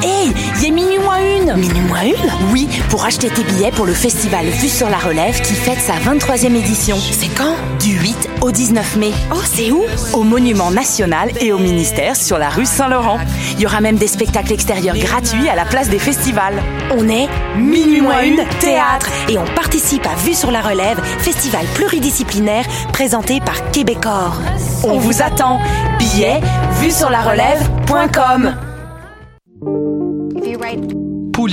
Hey, il est minuit moins une Minuit moins une Oui, pour acheter tes billets pour le festival Vue sur la Relève qui fête sa 23e édition. C'est quand Du 8 au 19 mai. Oh, c'est où Au Monument National et au ministère sur la rue Saint-Laurent. Il y aura même des spectacles extérieurs gratuits à la place des festivals. On est Minuit moins une Théâtre et on participe à Vue sur la Relève, festival pluridisciplinaire présenté par Québecor. On vous attend. Billets, vue sur la relève.com. Pool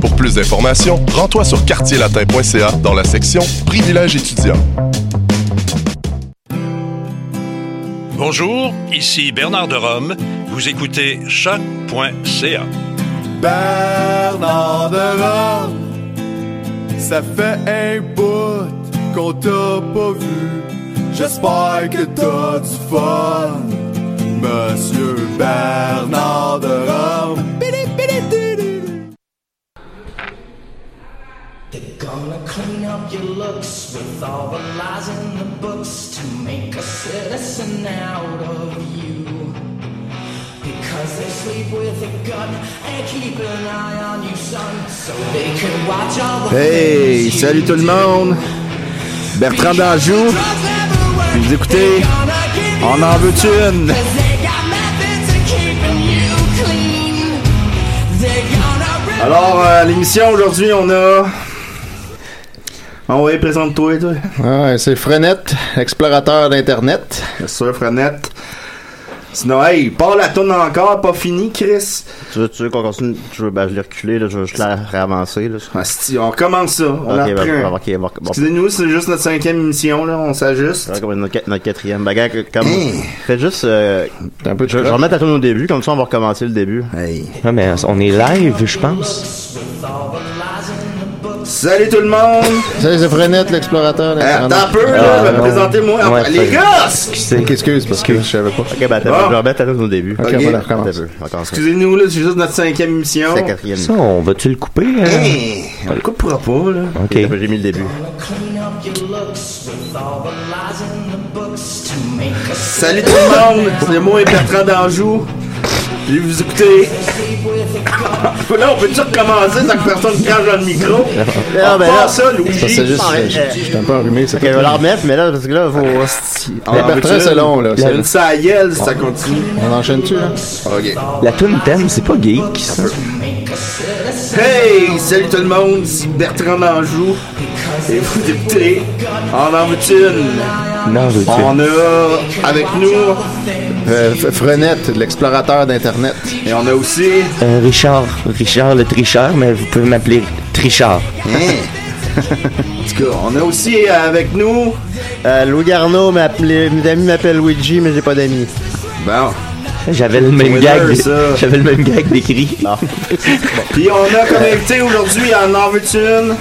Pour plus d'informations, rends-toi sur quartierlatin.ca dans la section Privilèges étudiants. Bonjour, ici Bernard de Rome. Vous écoutez choc.ca. Bernard de Rome, ça fait un bout qu'on t'a pas vu. J'espère que t'as du fun, Monsieur Bernard de Rome. Bidi, bidi, di, di, di. They're gonna clean up your looks with all the lies in the books to make a citizen out of you. Because they sleep with a gun and keep an eye on you, son, so they can watch all the Hey, things salut you tout le monde! Bertrand Dajou, vous écoutez On en veut une! Alors, euh, à l'émission aujourd'hui, on a. Ah ouais, présente-toi, toi. Ah Ouais, c'est Frenette, explorateur d'Internet. Bien sûr, Frenette. Sinon, hey, pas la tourne encore, pas fini, Chris. Tu veux, tu veux qu'on continue? Tu veux, ben, je l'ai reculé, là, je veux juste la réavancer, là. Ah, si, on commence ça, on ok, bah, la ben, reprend. bon, ok, bon, bon. Excusez-nous, c'est juste notre cinquième émission, là, on s'ajuste. Ouais, comme notre, notre quatrième. Ben, gars, que- comme, fais juste, euh, un peu de je, je crotte. remets ta tourne au début, comme ça, on va recommencer le début. Hey. Non, mais on est live, je pense. Salut tout le monde! Salut, c'est Frenette, l'explorateur Eh, Attends un peu, là, Ah, je vais non. présenter moi. Ouais, les salut. gosses! Excusez. Excuse, parce que je savais pas. Ok, ben, attends, Bon. je remets ta tourne au début. Ok, voilà, Attends un recommence. peu, Encore ça. Excusez-nous, là, c'est juste notre cinquième émission. C'est la quatrième. Ça, on va-tu le couper? hein? Hey, on le coupera pas, là. Ok. Ok, ben, J'ai mis le début. Clean up your looks with all the lies in the books to make a Salut tout le monde, c'est moi et Bertrand d'Anjou. Je vais vous écouter. Là, on peut tout recommencer sans que personne crache dans le micro. Ah, on ben part là. ça, Louis. que c'est juste- Arrête. j'étais un peu enrhumé, c'est Ok, je vais la remettre, mais là, parce que là, faut. On Mais en Bertrand, veut-tu c'est une? long, là. Il y a C'est- une saïelle si ça continue. On enchaîne-tu, là? Ok. La toune thème, c'est pas geek, ça. Hey, salut tout le monde, ici Bertrand d'Anjou. Et vous écoutez, on en veut une. Non, je veux On a avec nous, Euh, Frenette, l'explorateur d'Internet. et on a aussi euh, Richard, Richard le tricheur, mais vous pouvez m'appeler Trichard. Hein? En tout cas, on a aussi avec nous. Euh, Lou Garneau m'appelait, mes amis m'appellent Luigi, mais j'ai pas d'amis. Bon. J'avais le même Winner, gag. ça. J'avais le même gag d'écrit. Ah. Puis on a comme invité aujourd'hui en en veux-tu une?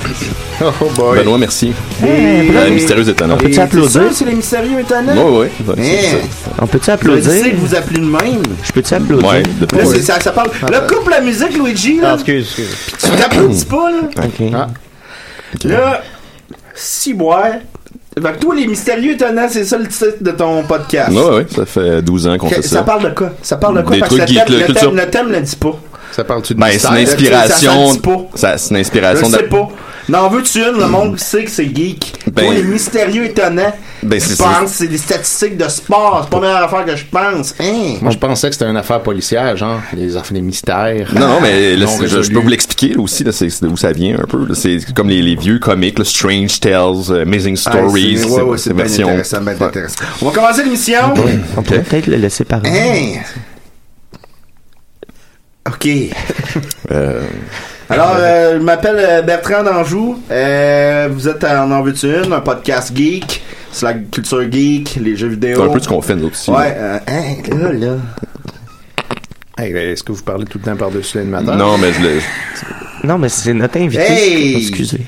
Oh boy. Benoît, merci. Eh, La mystérieuse étonnante. Peux-tu Et applaudir? euh, c'est ça, C'est les mystérieux étonnants. Oui, oui. oui, Hein? c'est ça. On peut-tu Je sais applaudir? que vous appelez de même. Je peux-tu applaudir? Ouais, de Là, plus. c'est- ça, ça parle. Ah, Là, coupe la musique, Luigi. Ah, Là. excuse, excuse. Tu t'applaudis pas, là. Ok. Ah. Là, si boire. Fait que toi, les mystérieux étonnants, c'est ça le titre de ton podcast. Oui, oui, ça fait 12 ans qu'on Que- fait ça ça. parle de quoi? Ça parle de quoi? Des Parce que trucs le geeks, thème, la le, culture. thème, le thème le dit pas. Ça parle-tu de Ben, c'est mystère? une inspiration. Ça, ça, ça, ça, C'est une Je inspiration de. sais pas. N'en veux-tu une? Le monde sait que c'est geek. Ben- Toi, les mystérieux étonnants. Ben, tu c'est- penses, c'est des statistiques de sport. C'est pas la meilleure affaire que je pense. Hein? Moi, je pensais que c'était une affaire policière, genre, les affaires des mystères. Non, non, mais là, Non c'est- je, je résolus. peux vous l'expliquer là, aussi, là, c'est c'est d'où ça vient un peu. là. C'est comme les, les vieux comics, là, Strange Tales, euh, Amazing Ah, c'est- Stories, ouais, ouais, c'est ces bien versions. intéressant, bien intéressant. On va commencer l'émission. On pourrait peut-être le laisser parler. Hein? OK. Euh, Alors, euh, je m'appelle euh, Bertrand d'Anjou. Euh, vous êtes en En veux-tu une, un podcast geek. C'est la culture geek, les jeux c'est vidéo. un peu ce qu'on fait nous aussi. Ouais, euh, hein, là, là. Hey, ben, est-ce que vous parlez tout le temps par-dessus l'animateur? Non, mais je le. Non, mais c'est notre invité. Hey! Excusez.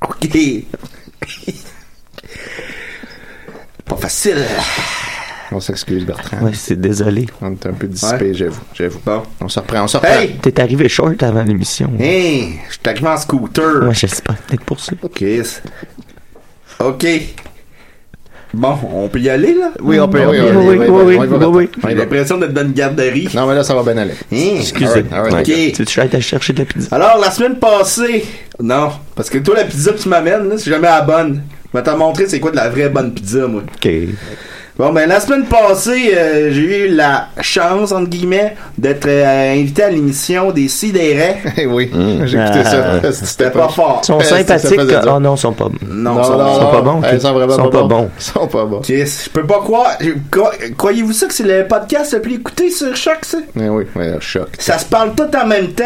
OK. Pas facile. On s'excuse, Bertrand. Ouais, c'est désolé. On est un peu dissipé, j'avoue. J'avoue. On se reprend, on se reprend. Hey! T'es arrivé short avant l'émission. Hein, je suis arrivé en scooter. Moi, j'espère peut-être pour ça. OK. c'est- OK. Bon, on peut y aller, là? Ah Oui, on peut. y on peut- aller. on y va, on y va, Bertrand. On y J'ai va. l'impression d'être dans une garderie. Non, mais là, ça va bien aller. Hein? Excusez. All right, all right. OK. Tu tu as été chercher de la pizza. Alors, la semaine passée, non, parce que toi, la pizza que tu m'amènes, là, c'est jamais la bonne. Je vais t'en montrer c'est quoi de la vraie bonne pizza, moi. OK. Bon, ben, la semaine passée, euh, j'ai eu la chance, entre guillemets, d'être euh, invité à l'émission des Sidérés. Eh oui, j'ai Ah. écouté ça. C'était pas fort. Ils sont Eh, c'était- ça sympathiques. faisait que- dur. Oh non, ils sont pas bons. Non, Non, ça va. non, Ils sont non. pas bons. Eh, Ils sont vraiment Ils sont pas bons. Ils sont pas bons. Yes, je peux pas croire. je- cro- Croyez-vous ça que c'est le podcast le plus écouté sur Choc, ça? Eh oui, ouais, choc. Ça se parle tout en même temps.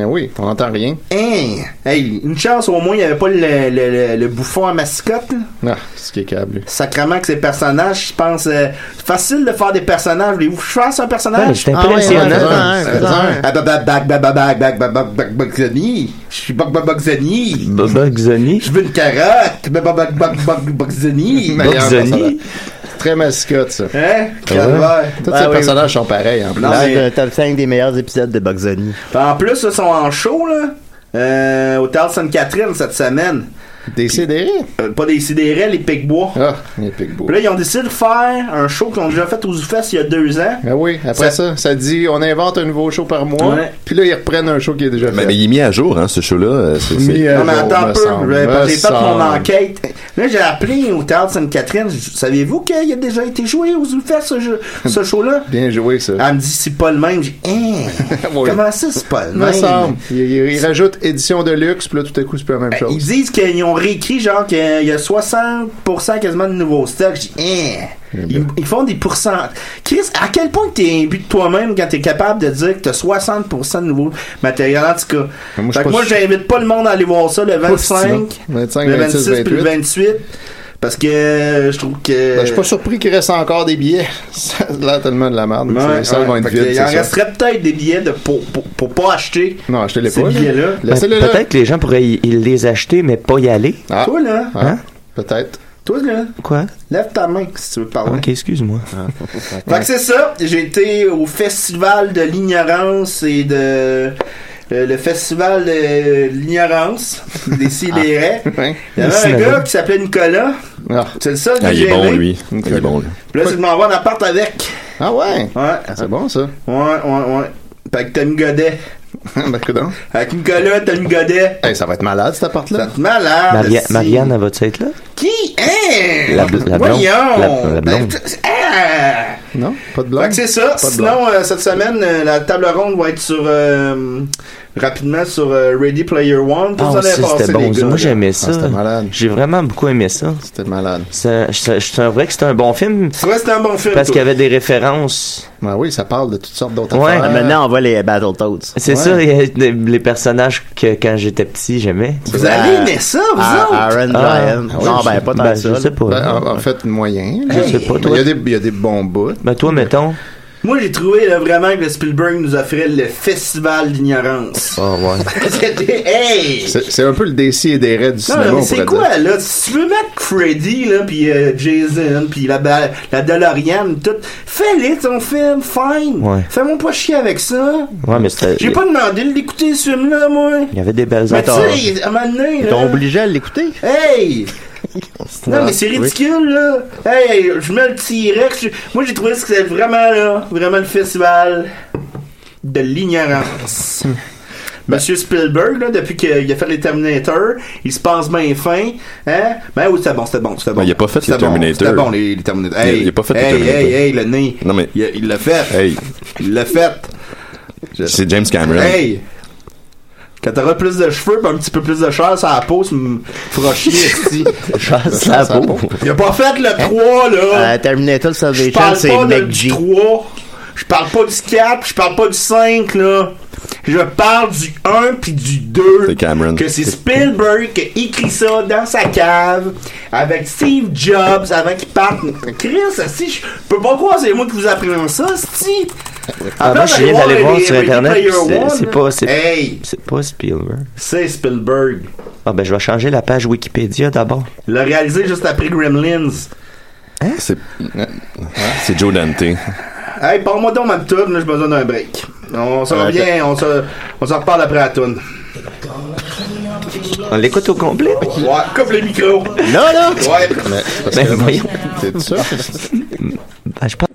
Eh oui, on n'entend rien. Hein? Hey, une chance au moins, il n'y avait pas le, le, le- le bouffon à mascotte, là. Ah, c'est qui est câble. Sacrement que ces personnages, je pense, euh, facile de faire des personnages. Voulez-vous que je fasse Ben, un Ouais, personnage? c'est impressionnant. Ah ouais, ouais, ouais, ouais. Ah, bah, bah, bah, bah, bah, bah, bah, bah, bah, bah, bah, Xeni. Je suis Bug Bug Bug Xeni. Boba Xoni. Je veux une carotte. Bah, bah, bah, bah, bah, bah, Xeni. Meilleur Bob personnage. Zoni. C'est Très mascotte, ça. Hein? Tous Calvaire. ces Ah, oui, personnages sont pareils, en plus. Non, mais- Le top 5 des meilleurs épisodes de Bugsony. Puis Ben, En plus, ils sont en show, là. euh, au Théâtre Sainte-Catherine cette semaine. Des CDR. Euh, pas des sidérés, les Picbois. Ah, les Picbois. Puis là, ils ont décidé de faire un show qu'ils ont déjà fait aux Zoufest il y a deux ans. Ah oui, après ça, ça, dit on invente un nouveau show par mois, Ouais. puis là ils reprennent un show qui est déjà Mais, fait. mais il est mis à jour, hein, ce show-là. euh, c'est- c'est- Mis à Non, mais jour, attends me un peu, semble, j'ai- me j'ai fait mon semble. enquête. Là, j'ai appelé au Théâtre Sainte-Catherine. J- Savez-vous qu'il a déjà été joué aux Zoufest, ce, jeu- ce show-là? Bien joué ça. Elle me dit, c'est pas le même. J'ai, hein, Oui. comment ça, c'est pas le me même? semble. Ils il, il rajoutent édition de luxe, puis là tout à coup c'est plus la même Euh, Ils chose. disent qu'ils ont réécrit genre qu'il y a 60% quasiment de nouveaux stocks. Je dis, hein. Eh Ils, ben. ils font des pourcents. Chris, à quel point t'es imbu de toi-même quand t'es capable de dire que t'as 60% de nouveaux matériel en tout cas? Mais moi, je suis Fait que pas moi, sûr. j'invite pas le monde à aller voir ça le 25, sûr. 25, le 26, 26 puis le 28 parce que euh, je trouve que. Ben, je suis pas surpris qu'il reste encore des billets. Ça a l'air tellement de la merde. mais Ouais, les salles ouais, vont être fait vides. qu'il c'est en ça. resterait peut-être des billets de, pour, pour, pour pas acheter Non, achetez-les ces pas. là. billets-là. Laissez-les Ben, là. Peut-être que les gens pourraient y- y les acheter, mais pas y aller. Ah, Toi là, ah, Hein? peut-être. toi là, Quoi? lève ta main si tu veux Ah parler. Ok, excuse-moi. Ah. Fait que c'est ça, j'ai été au festival de l'ignorance et de. Le, le festival de l'ignorance, des sidérés. Ouais. Il y avait un Ah. Cinéma. gars qui s'appelait Nicolas. Ah. C'est le seul que Ah, il j'ai est bon, aimé. lui. Il est bon, lui. Puis là, c'est de m'envoyer un appart avec. Ah ouais. Ouais, Ah, C'est bon ça. ouais, ouais, ouais. Fait que Tommy Godet. ben, coudonc. Avec Nicolas, Tommy Godet. Hey, ça va être malade cette Ça appart-là. te malade. ben, Maria- si. Marianne, elle va-tu être là? Qui? Hein? La bl- la blonde. Voyons. La- Ben, la blonde. Ah! Non? Pas de Fait blague? que c'est ça. Pas de Sinon, euh, cette semaine, euh, la table ronde va être sur euh, rapidement sur euh, Ready Player One. Vous en Ah, avez ça, pensé, c'était les bon. gars, Moi, là? j'aimais Ah, c'était ça. malade. J'ai vraiment beaucoup aimé ça. C'était malade. C'est c'est- c'est vrai que c'était un bon film Tu vois, c'était un bon film. parce qu'il y toi. avait des références. Ben oui, ça parle de toutes sortes d'autres Ouais. affaires. Ah, Maintenant, on voit les Battletoads. C'est ça, il y a des- les personnages que quand j'étais petit, j'aimais. Vous avez aimé ça, vous autres? Ah, Iron Ah, Giant. ah oui, Non, ben, pas tant Ben, que ça. je sais là. pas. Ben, là. en, en fait, moyen. là. Je sais pas, Il y, toi. a des, il y a des bons bouts. Ben, toi, mettons. Moi, j'ai trouvé là, vraiment que le Spielberg nous offrait le festival d'ignorance. Ah ouais. C'était hey. C'est c'est un peu le décis et des raids du Non, cinéma, mais on c'est pourrait quoi, dire. hein. là? Si tu veux mettre Freddy, là, pis euh, Jason, pis la, ba- la DeLorean, tout, fais-le ton film, fine. Ouais. Fais-moi pas chier avec ça. Ouais, mais c'était. J'ai pas demandé de l'écouter, ce film-là, moi. Il y avait des belles Mais tu attentes. sais, à un moment donné, Ils là, t'ont obligé à l'écouter. Hey! Non, mais c'est ridicule, là! Hey, je mets le T-Rex. je- Moi, j'ai trouvé que c'était vraiment, là, vraiment le festival. de l'ignorance. Ben. Monsieur Spielberg, là, depuis qu'il a fait les Terminator, il se pense bien fin. Hein? Ben oui, c'était bon, c'était bon, c'était bon. il a pas fait les C'était bon, Terminator. C'était bon, les, les Terminator. Il a- Hey, il a pas fait les hey, Terminator. Hey, hey, le nez. Non, mais. Il a- il l'a fait. Hey. Il l'a fait. C'est James Cameron. Hey! Quand t'auras plus de cheveux pis un petit peu plus de chair sur la peau, tu me feras chier, esti. Chair sur la peau. Il a pas fait Hein? le 3, là! Euh, Terminator Je Salvation, parle c'est pas de- Meg du G. 3, je parle pas du 4, je parle pas du 5, là. Je parle du 1 puis du 2. C'est Cameron. Que c'est Spielberg qui a écrit ça dans sa cave avec Steve Jobs avant qu'il parte. Chris, si je peux pas croire c'est moi qui vous apprends ça, si. Ah, moi, je viens d'aller voir sur Internet, puis c'est- c'est pas, c'est- Hey, c'est pas Spielberg. c'est Spielberg. Ah, ben, je vais changer la page Wikipédia d'abord. Il l'a réalisé juste après Gremlins. C'est. C'est Joe Dante. Hey, parle-moi donc ma toune, là, j'ai besoin d'un break. On se revient, on se, on se reparle après la toune. On l'écoute au complet? Ouais, coupe le micro. Non, non! Ouais. Ben, voyons. C'est ça? Ben, je pense-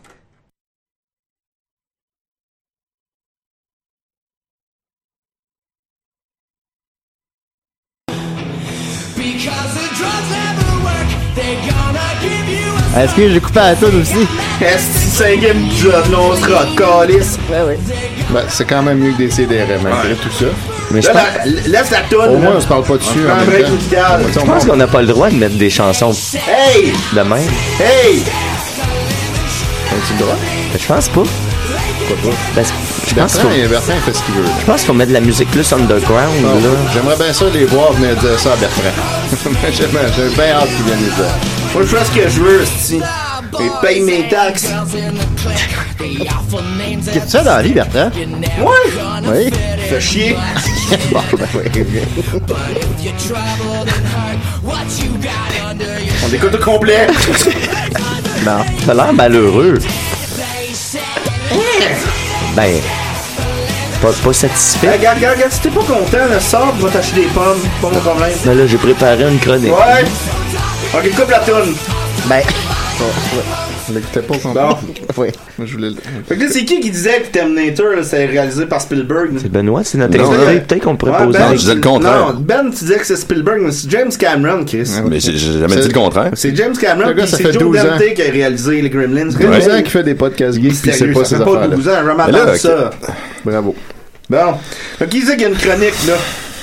Because the drugs never work, they're gonna give you a Est-ce que Ah, j'ai coupé à la toune aussi? Est-ce que cinquième job, non, on sera de calice. Ouais, ouais. Ben, c'est quand même mieux que des CDR, malgré tout ça. Mais je Là, pense- la- laisse la toune. Au là. moins, on se parle pas On dessus. prend en un même break temps. musical. Ouais, Je pense qu'on n'a pas le droit de mettre des chansons Hey! de même. Hey! As-tu le droit? Ben, je pense pas. Pourquoi pas? Ben, c'est- je pense Bertrand, Ah, il- qu'on- Bertrand, il fait ce qu'il veut. je pense qu'on met de la musique plus underground, Ah, là. J'aimerais bien ça les voir venir dire ça à Bertrand. J'aimerais- J'ai bien hâte qu'ils viennent les dire. Moi, je fais ce que je veux, si. Et paye mes taxes. Qu'est-ce que tu fais dans la vie, Bertrand? Ouais! Oui. Fais chier. bon, ben oui. On écoute au complet. Non. Ben, T'as l'air malheureux. Ben, pas, pas Hey, satisfait. Eh, regarde, regarde, regarde, si t'es pas content, là, sors, va t'acheter des pommes. Pas mon problème. Mais Ben là, j'ai préparé une chronique. Ouais! Ok, coupe la toune. Ben, Mais que t'es pas Bon. content. oui. Moi, je voulais le- Fait que là, c'est qui qui disait que Terminator, là, c'est réalisé par Spielberg? C'est Benoît, c'est notre Non, invité. ouais. Peut-être qu'on pourrait Ben, Ouais, poser. Ben, Non, je disais le contraire. Non, Ben, tu disais que c'est Spielberg, mais c'est James Cameron, Chris. Mais j'ai j'ai jamais dit le contraire. C'est James Cameron, Le gars, puis ça c'est fait Joe 12 ans. Dante qui a réalisé les Gremlins. Deux Gremlins, ans qu'il fait des podcasts gays, puis c'est sérieux, pas ces ça fait pas 12 affaires-là. ans, Mais là, Ramadan, ok. ça. Bravo. Bon. Fait qui disait qu'il y a une chronique, là?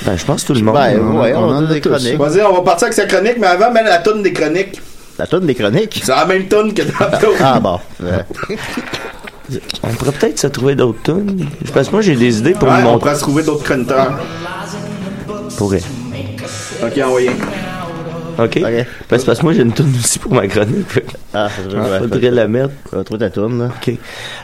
Ben, je pense tout le monde. Ben, on en- ouais, on on, en a a des tous. chroniques. On va dire, on va partir avec sa chronique, mais avant, même la toune des chroniques. La toune des chroniques? C'est la même toune que tantôt. Ah, bon. Ouais. On pourrait peut-être se trouver d'autres tunes. Je pense que moi, j'ai des idées pour Ouais, nous on montrer. pourra se trouver d'autres chroniqueurs. Pour elle. Ok, envoyez. OK? Ok. Ben, c'est parce que moi, j'ai une tune aussi pour ma chronique. fait que Ah, je veux Faudrait la mettre. Retrouve ta toune, là. OK.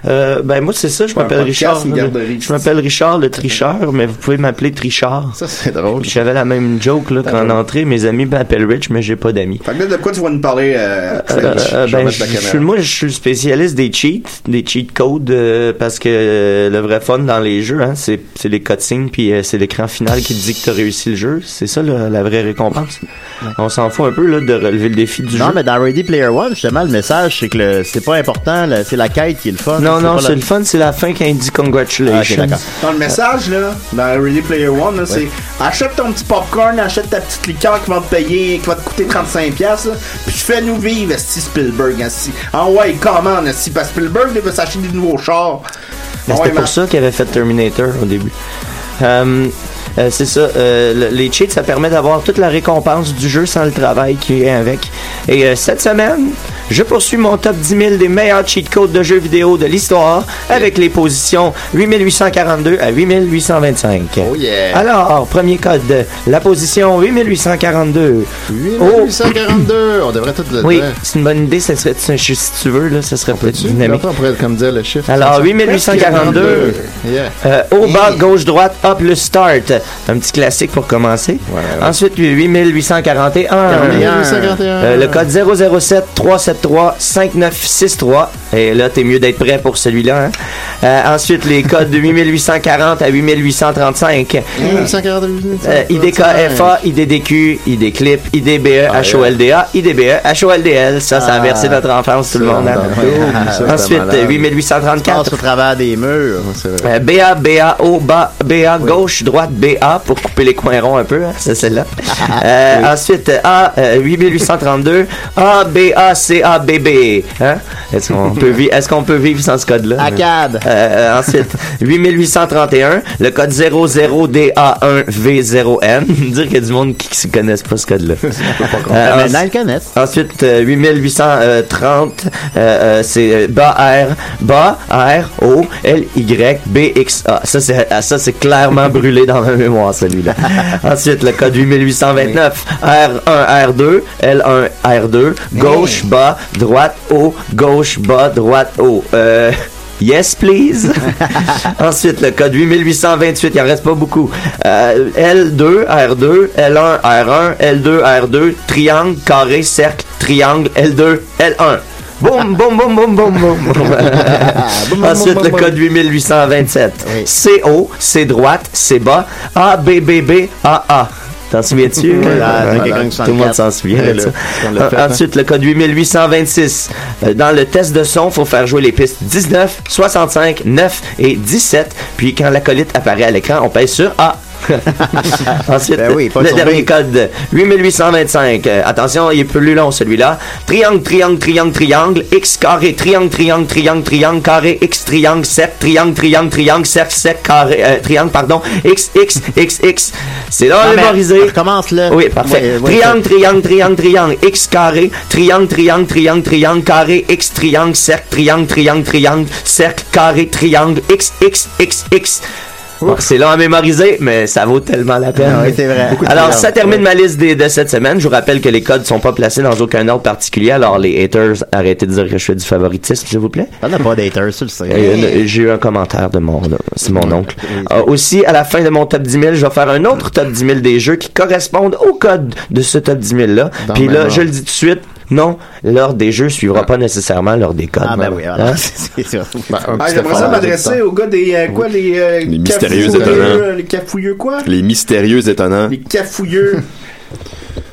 Euh, ben, moi, c'est ça. Je Ouais, m'appelle un podcast, Richard. une le- garderie. je m'appelle Richard le tricheur, mais vous pouvez m'appeler Trichard. Ça, c'est drôle. Puis J'avais la même joke là qu'en entrée, mes amis m'appellent Rich, mais j'ai pas d'amis. Fait que là, de quoi tu vas nous parler, euh, Euh, Alex? euh, Je vais ben, mettre je, la je caméra. suis, moi, je suis le spécialiste des cheats, des cheat codes, euh, parce que euh, le vrai fun dans les jeux, hein, c'est c'est les cutscenes, puis euh, c'est l'écran final qui te dit que t'as réussi le jeu. C'est ça la, la vraie récompense. On s'en fout un peu là de relever le défi du Non, jeu. mais dans Ready Player One, justement, le message, c'est que le- c'est pas important, le- c'est la quête qui est le fun. non, non, pas c'est la- le fun, c'est la fin quand il dit Ah, ok, congratulations. d'accord. Dans le message, là, dans Ready Player One, là, c'est achète ton petit popcorn, achète ta petite liqueur qui va te payer, qui va te coûter 35$, là, puis fais-nous vivre, Esti Spielberg, Esti. Ah ouais, comment, Esti? Parce que Spielberg, il veut s'acheter des nouveaux chars. Ben, Ah ouais, C'était man. pour ça qu'il avait fait Terminator au début. Hum, euh, c'est ça, euh, le- les cheats, ça permet d'avoir toute la récompense du jeu sans le travail qui est avec. Et euh, cette semaine, je poursuis mon top 10 000 des meilleurs cheat codes de jeux vidéo de l'histoire avec les positions 8842 à 8825. Oh yeah. Alors, premier code, la position 8842. 842, on devrait tout le Oh! Oui, dire. c'est une bonne idée, ça serait, si tu veux, là, ça serait peut-être Tu dynamique. Bertrand, on pourrait comme dire le chiffre. Alors, 8842. Yeah. Euh, haut, bas, gauche, droite, hop, le start. Un petit classique pour commencer. Ouais, ouais. Ensuite, 8841. 8841. Euh, le code 007 873-5963. Et là, t'es mieux d'être prêt pour celui-là. hein. Euh, ensuite, les codes de 8840 à 8835. Ah, Euh, IDKFA, IDDQ, IDCLIP, IDBE, Ah, HOLDA, IDBE, HOLDL. Ça, ça a Ah, versé notre enfance, tout le monde. hein. ça, Ensuite, c'est malade. 8834. Passe au travers des murs. c'est vrai. Euh, BA, BA, haut, bas, BA, gauche, droite, BA, pour couper les coins ronds un peu, hein, c'est celle-là. Euh, Ensuite, euh, A, euh, 8832, A, BA, CA, BB. Hein? Est-ce qu'on peut, vi- est-ce qu'on peut vivre sans ce code-là? ACAD. Euh, euh, ensuite, 8831, le code 00DA1V0N. Dire qu'il y a du monde qui ne se connaissent pas ce code-là. Euh, Mais ensuite- dans le connaissent. Ensuite, euh, 8830, euh, euh, c'est euh, bas R, bas R, O, L, Y, B, X, A. Ça, c'est, ah, ça, c'est clairement brûlé dans ma mémoire, celui-là. Ensuite, le code 8829, R1, R2, L1, R2, gauche, bas, droite, haut, gauche, bas, droite, haut. Euh, Yes, please. Ensuite, le code 8828, il en reste pas beaucoup. Euh, L2, R2, L1, R1, L2, R2, triangle, carré, cercle, triangle, L2, L1. Boum, boum, boum, boum, boum, boum. boum. Ensuite, le code 8827. C haut, C droite, C bas, A, B, B, B, A, A. T'en souviens-tu? Ouais, Voilà, ouais, quelqu'un qui s'en Tout le monde s'en capte. souvient. Ouais, de là, ça. Ah, parce qu'on l'a fait, hein. Ensuite, le code 8826. Euh, Dans le test de son, faut faire jouer les pistes 19, 65, 9 et 17. Puis quand l'acolyte apparaît à l'écran, on pèse sur A. Ensuite, Ben oui, pas le sur B. dernier code 8825. Euh, attention, il est plus long celui-là. Triangle, triangle, triangle, triangle, X carré, triangle, triangle, triangle, triangle, carré, X triangle, cercle, triangle, triangle, triangle, cercle, cercle, carré, euh, triangle, pardon, X, X, X, X. C'est là, Non, Ah, mais mémorisé. Recommence là. Oui, Ouais, parfait. ouais, triangle, triangle, triangle, triangle, x carré, triangle, triangle, triangle, triangle, carré, x triangle, cercle, triangle, triangle, triangle, cercle, carré, triangle, x, x, x, x. Bon, c'est long à mémoriser, mais ça vaut tellement la peine. Ah oui, c'est vrai. Beaucoup de Alors, ça triangles. termine ma liste des- de cette semaine. Je vous rappelle que les codes sont pas placés dans aucun ordre particulier. Alors, les haters, arrêtez de dire que je fais du favoritisme, s'il vous plaît. On n'a pas d'hater sur le Et site. une- J'ai eu un commentaire de mon, c'est mon oncle. Euh, aussi, à la fin de mon top 10 000, je vais faire un autre top 10 000 des jeux qui correspondent au code de ce top 10 000 là. Dans Puis le là, même je le ordre. dis tout de suite, non, l'ordre des jeux suivra pas nécessairement l'ordre des codes. Ah, ben oui, voilà. Hein? C'est Ben, sûr. Ah, J'aimerais ça m'adresser au gars des. euh, quoi, les. euh, Les mystérieux cafouilleux, étonnants. euh, Les cafouilleux, quoi Les mystérieux étonnants. Les cafouilleux.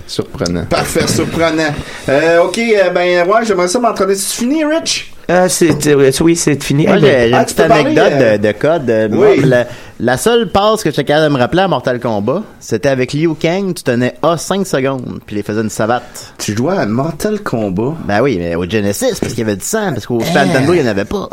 Surprenant. Parfait, surprenant. Euh, ok, euh, ben, ouais, j'aimerais ça m'entraîner. C'est fini, Rich Ah, c'est, euh, oui, c'est fini. Moi, Eh j'ai ben- j'ai une Ah, tu petite peux parler, anecdote euh, de, de code. euh, oui. moi, la, la seule passe que j'étais capable de me rappeler à Mortal Kombat, c'était avec Liu Kang, tu tenais A 5 secondes, puis il faisait une savate. Tu jouais à Mortal Kombat? Ben oui, mais au Genesis, parce qu'il y avait du sang, parce qu'au Euh. Super Nintendo, il n'y en avait pas.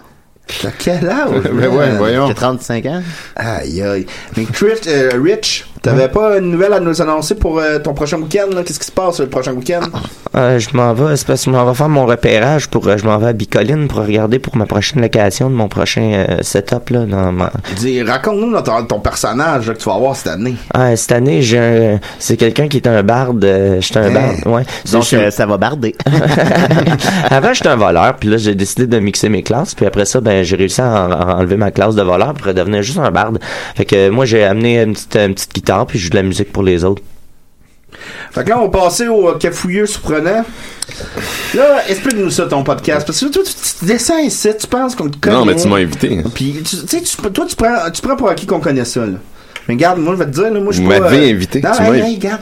T'as quel âge? Ben ouais, man? voyons. J'ai 35 ans. Aïe, aïe. Mais Chris, euh, Rich, Hein? t'avais pas une nouvelle à nous annoncer pour euh, ton prochain week-end, là? Qu'est-ce qui se passe euh, le prochain week-end? Ah. Euh, je m'en vais, c'est parce que je m'en vais faire mon repérage pour, euh, je m'en vais à Bicoline pour regarder pour ma prochaine location de mon prochain euh, setup là. Dans ma- Dis, raconte-nous là, ton, ton personnage là, que tu vas avoir cette année. Ah, cette année, j'ai un- c'est quelqu'un qui est un barde. euh, j'étais un Hein? barde, ouais. Donc, Je- euh, ça va barder. Avant, j'étais un voleur, puis là, j'ai décidé de mixer mes classes, puis après ça, ben, j'ai réussi à, en- à enlever ma classe de voleur pour devenir juste un barde. Fait que euh, moi, j'ai amené une petite, une petite guitare, puis je joue de la musique pour les autres. Fait que là, on va passer au euh, cafouilleux surprenant. Là, explique-nous ça, ton podcast. Parce que toi, tu, tu descends ici, tu penses qu'on te connaît. Non, mais tu m'as invité. Puis, tu tu sais, tu- toi, tu prends, tu prends pour acquis qu'on connaît ça, là. Mais regarde, moi, je vais te dire, là, moi, je suis Vous pas... euh, m'avez invité, Non, tu hey, m'as hey, invité. regarde.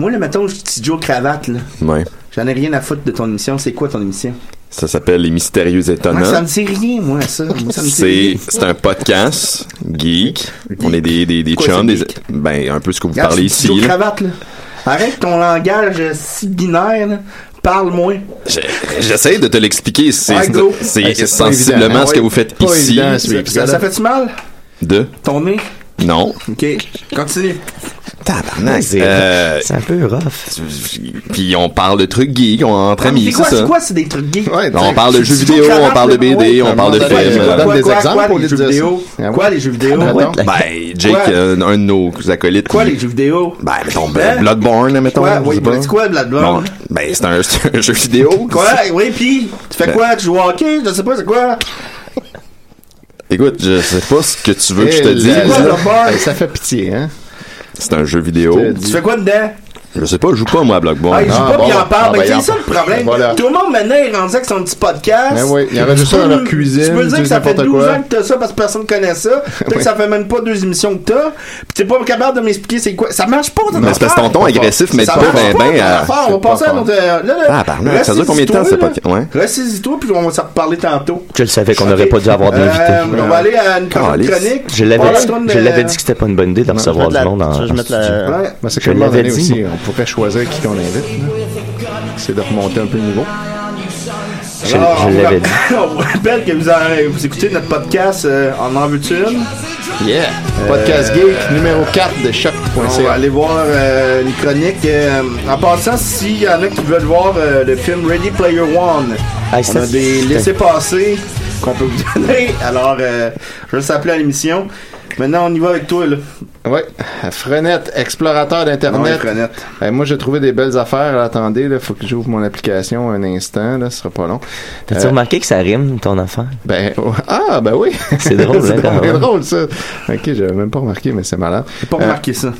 Moi, là, mettons, je suis Joe Cravate, là. Ouais. J'en ai rien à foutre de ton émission. C'est quoi, ton émission? Ça s'appelle Les Mystérieux Moi, ça me Étonnants. dit rien, moi, ça. Moi, ça me dit Ah, C'est rien. c'est un podcast geek. On est des, des, des Quoi, chums, c'est des, ben un peu ce que vous Regarde, parlez je suis Joe ici. là. Cravate, là. Arrête ton langage euh, si binaire, là. Parle-moi. Je- J'essaie de te l'expliquer. C'est Ouais, go. c'est Hey, c'est pas sensiblement évident, hein, ce que ouais. vous faites Pas ici. évident, ce Ça- Ça, épisode-là. ça fait-tu mal? De Ton nez? non. OK. Continue. Tabarnak. C'est Euh, c'est un peu rough. Puis on parle de trucs geeks, on entre Ah, C'est amis, c'est quoi, c'est ça. quoi, c'est des trucs gays? On parle de jeux vidéo, on parle de BD, on parle de Ouais, films. ouais, euh, ouais. Quoi, Donne des quoi, exemples quoi, pour les lui jeux dire vidéo? ça. Ah ouais. Quoi, les jeux vidéo? Ah ouais, la- Ben, Jake, Quoi? euh, un de nos acolytes. Quoi, il- les jeux vidéo? Ben, mettons, Hein? Bloodborne, mettons. je Quoi, sais oui, pas. mais c'est quoi, Bon, Bloodborne? ben, c'est un, c'est un jeu vidéo. Quoi, oui, pis, tu fais Ben. quoi? Tu joues au hockey? Je sais pas, c'est quoi? Écoute, je sais pas ce que tu veux que je te Eh là C'est quoi, dise. Bloodborne? Ça fait pitié, hein? C'est un jeu vidéo. Je te dis. Tu fais quoi dedans? Je sais pas, je joue pas, moi, à Blockborn. Ah, il joue pas, puis il en parle. Ah, Mais ben, c'est il en ça le parle. problème. Voilà. Tout le monde maintenant est rendu avec son petit podcast. Ben oui, il y en a Tu juste ça peux dans leur le- cuisine, Tu peux ils dire que disent ça fait n'importe 12 quoi. ans que t'as ça parce que personne connaît ça. Peut-être Oui. que ça fait même pas deux émissions que t'as. Puis t'es pas capable de m'expliquer c'est quoi. Ça marche pas, ton Mais c'est parce que ton affaire. ton agressif m'aide Ça pas marche ben, pas, ben ton à- affaire. On va passer à notre. euh, là, là, Ah, pardon, ça dure combien de temps, ressaisis-toi, ce podcast? là. Ouais. Ressaisis-toi, puis on va s'en reparler tantôt. Je le savais qu'on n'aurait pas dû avoir d'invité. Euh, on va aller à une Calice. chronique. Je l'avais On va dit, prendre, je euh, l'avais dit que c'était pas une bonne idée de Non, recevoir je vais mettre du monde la- en. je vais en mettre la- studio. Ouais. Mais c'est que Ben, à Je un moment l'avais donné dit, aussi, moi. on pourrait choisir qui qu'on invite. là. C'est de remonter un peu le niveau. Je- Alors, je Ah, on l'avais ra- dit. On vous rappelle que vous, en- vous écoutez notre podcast euh, en en veux-tu une? Euh, Yeah! Podcast Geek numéro 4 de On va choc.ca. aller voir euh, les chroniques. euh, en passant, s'il y en a qui veulent voir euh, le film Ready Player One, Ah, on ça, a des c'est- laissés-passer qu'on peut vous donner. Alors, euh, je vais s'appeler à l'émission. Maintenant, on y va avec toi. Là. Ouais, Frenette, explorateur Ouais, d'Internet. Frenette. Euh, moi, j'ai trouvé des belles affaires. Attendez, il faut que j'ouvre mon application un instant. Là, ce sera pas long. T'as-tu Euh, remarqué que ça rime, ton enfant? Ben, ah, ben oui. C'est drôle, hein, c'est quand drôle, c'est même. drôle, ça. Ok, j'avais même pas remarqué, mais c'est malade. J'ai pas remarqué ça.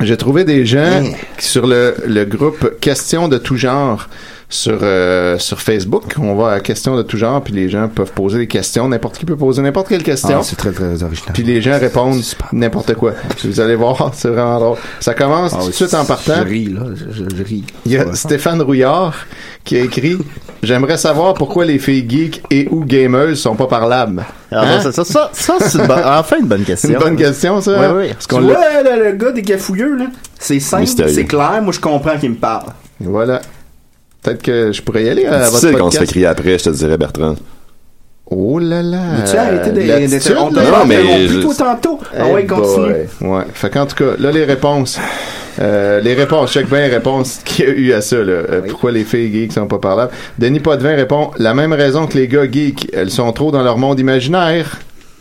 J'ai trouvé des gens qui, sur le, le groupe Questions de tout genre sur euh, sur Facebook. On va à Questions de tout genre, puis les gens peuvent poser des questions. N'importe qui peut poser n'importe quelle question. Ah, c'est très, très original. Puis les gens répondent n'importe quoi. Vous allez voir, c'est vraiment drôle. Ça commence Ah tout de suite en partant. Je ris, là. Je, je- je ris. Il y a Stéphane Rouillard qui a écrit J'aimerais savoir pourquoi les filles geeks et ou gameuses sont pas parlables. Ah, Hein? ça, ça, ça, ça, c'est une bonne- enfin une bonne question. C'est une bonne question, ça. Oui, oui. Parce Euh, Tu qu'on vois, l'a- le, le gars des gafouilleux, là, c'est simple, Mystérieux. c'est clair. Moi, je comprends qu'il me parle. Voilà. Peut-être que je pourrais y aller C'est à votre difficile qu'on se fait podcast. crier après, je te dirais, Bertrand. Oh là Euh, là. tu as arrêté de- L'attitude, de- de- on t'a là. Non, mais interrompu je- tout tantôt. Ah ouais, boy. continue. Ouais. Fait qu'en tout cas, là, les réponses. Euh, les réponses, check bien les réponses qu'il y a eu à ça. Là. Euh, Pourquoi les filles geeks sont pas parlables? Denis Potvin répond La même raison que les gars geeks, elles sont trop dans leur monde imaginaire.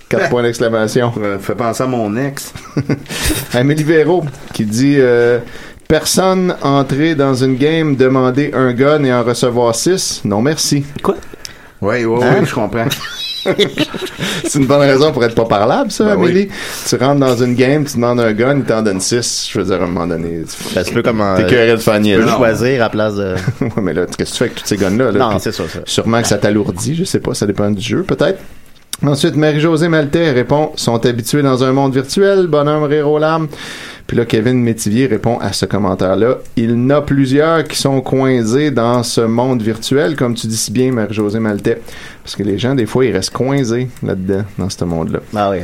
Quatre points d'exclamation. Fait penser à mon ex. Amélie Véro qui dit euh, Personne entrée dans une game, demander un gun et en recevoir six. Non merci. Quoi? Oui, oui, Hein? oui, je comprends. C'est une bonne raison pour être pas parlable, ça, Ben oui. Amélie. Tu rentres dans une game, tu demandes un gun, il t'en donne 6. Je veux dire, à un moment donné, tu Ça se peut comme euh, T'es curé de faire niaiser. Tu peux choisir à place de. ouais, mais là, qu'est-ce que tu fais avec tous ces guns-là? là? Non, Puis c'est ça, ça. Sûrement que ça t'alourdit, je sais pas, ça dépend du jeu, peut-être. Ensuite, Marie-Josée Maltais répond Sont habitués dans un monde virtuel, bonhomme, rire aux larmes. Puis là, Kevin Métivier répond à ce commentaire-là Il n'a plusieurs qui sont coincés dans ce monde virtuel, comme tu dis si bien, Marie-Josée Maltais. Parce que les gens, des fois, ils restent coincés là-dedans, dans ce monde-là. Ah oui.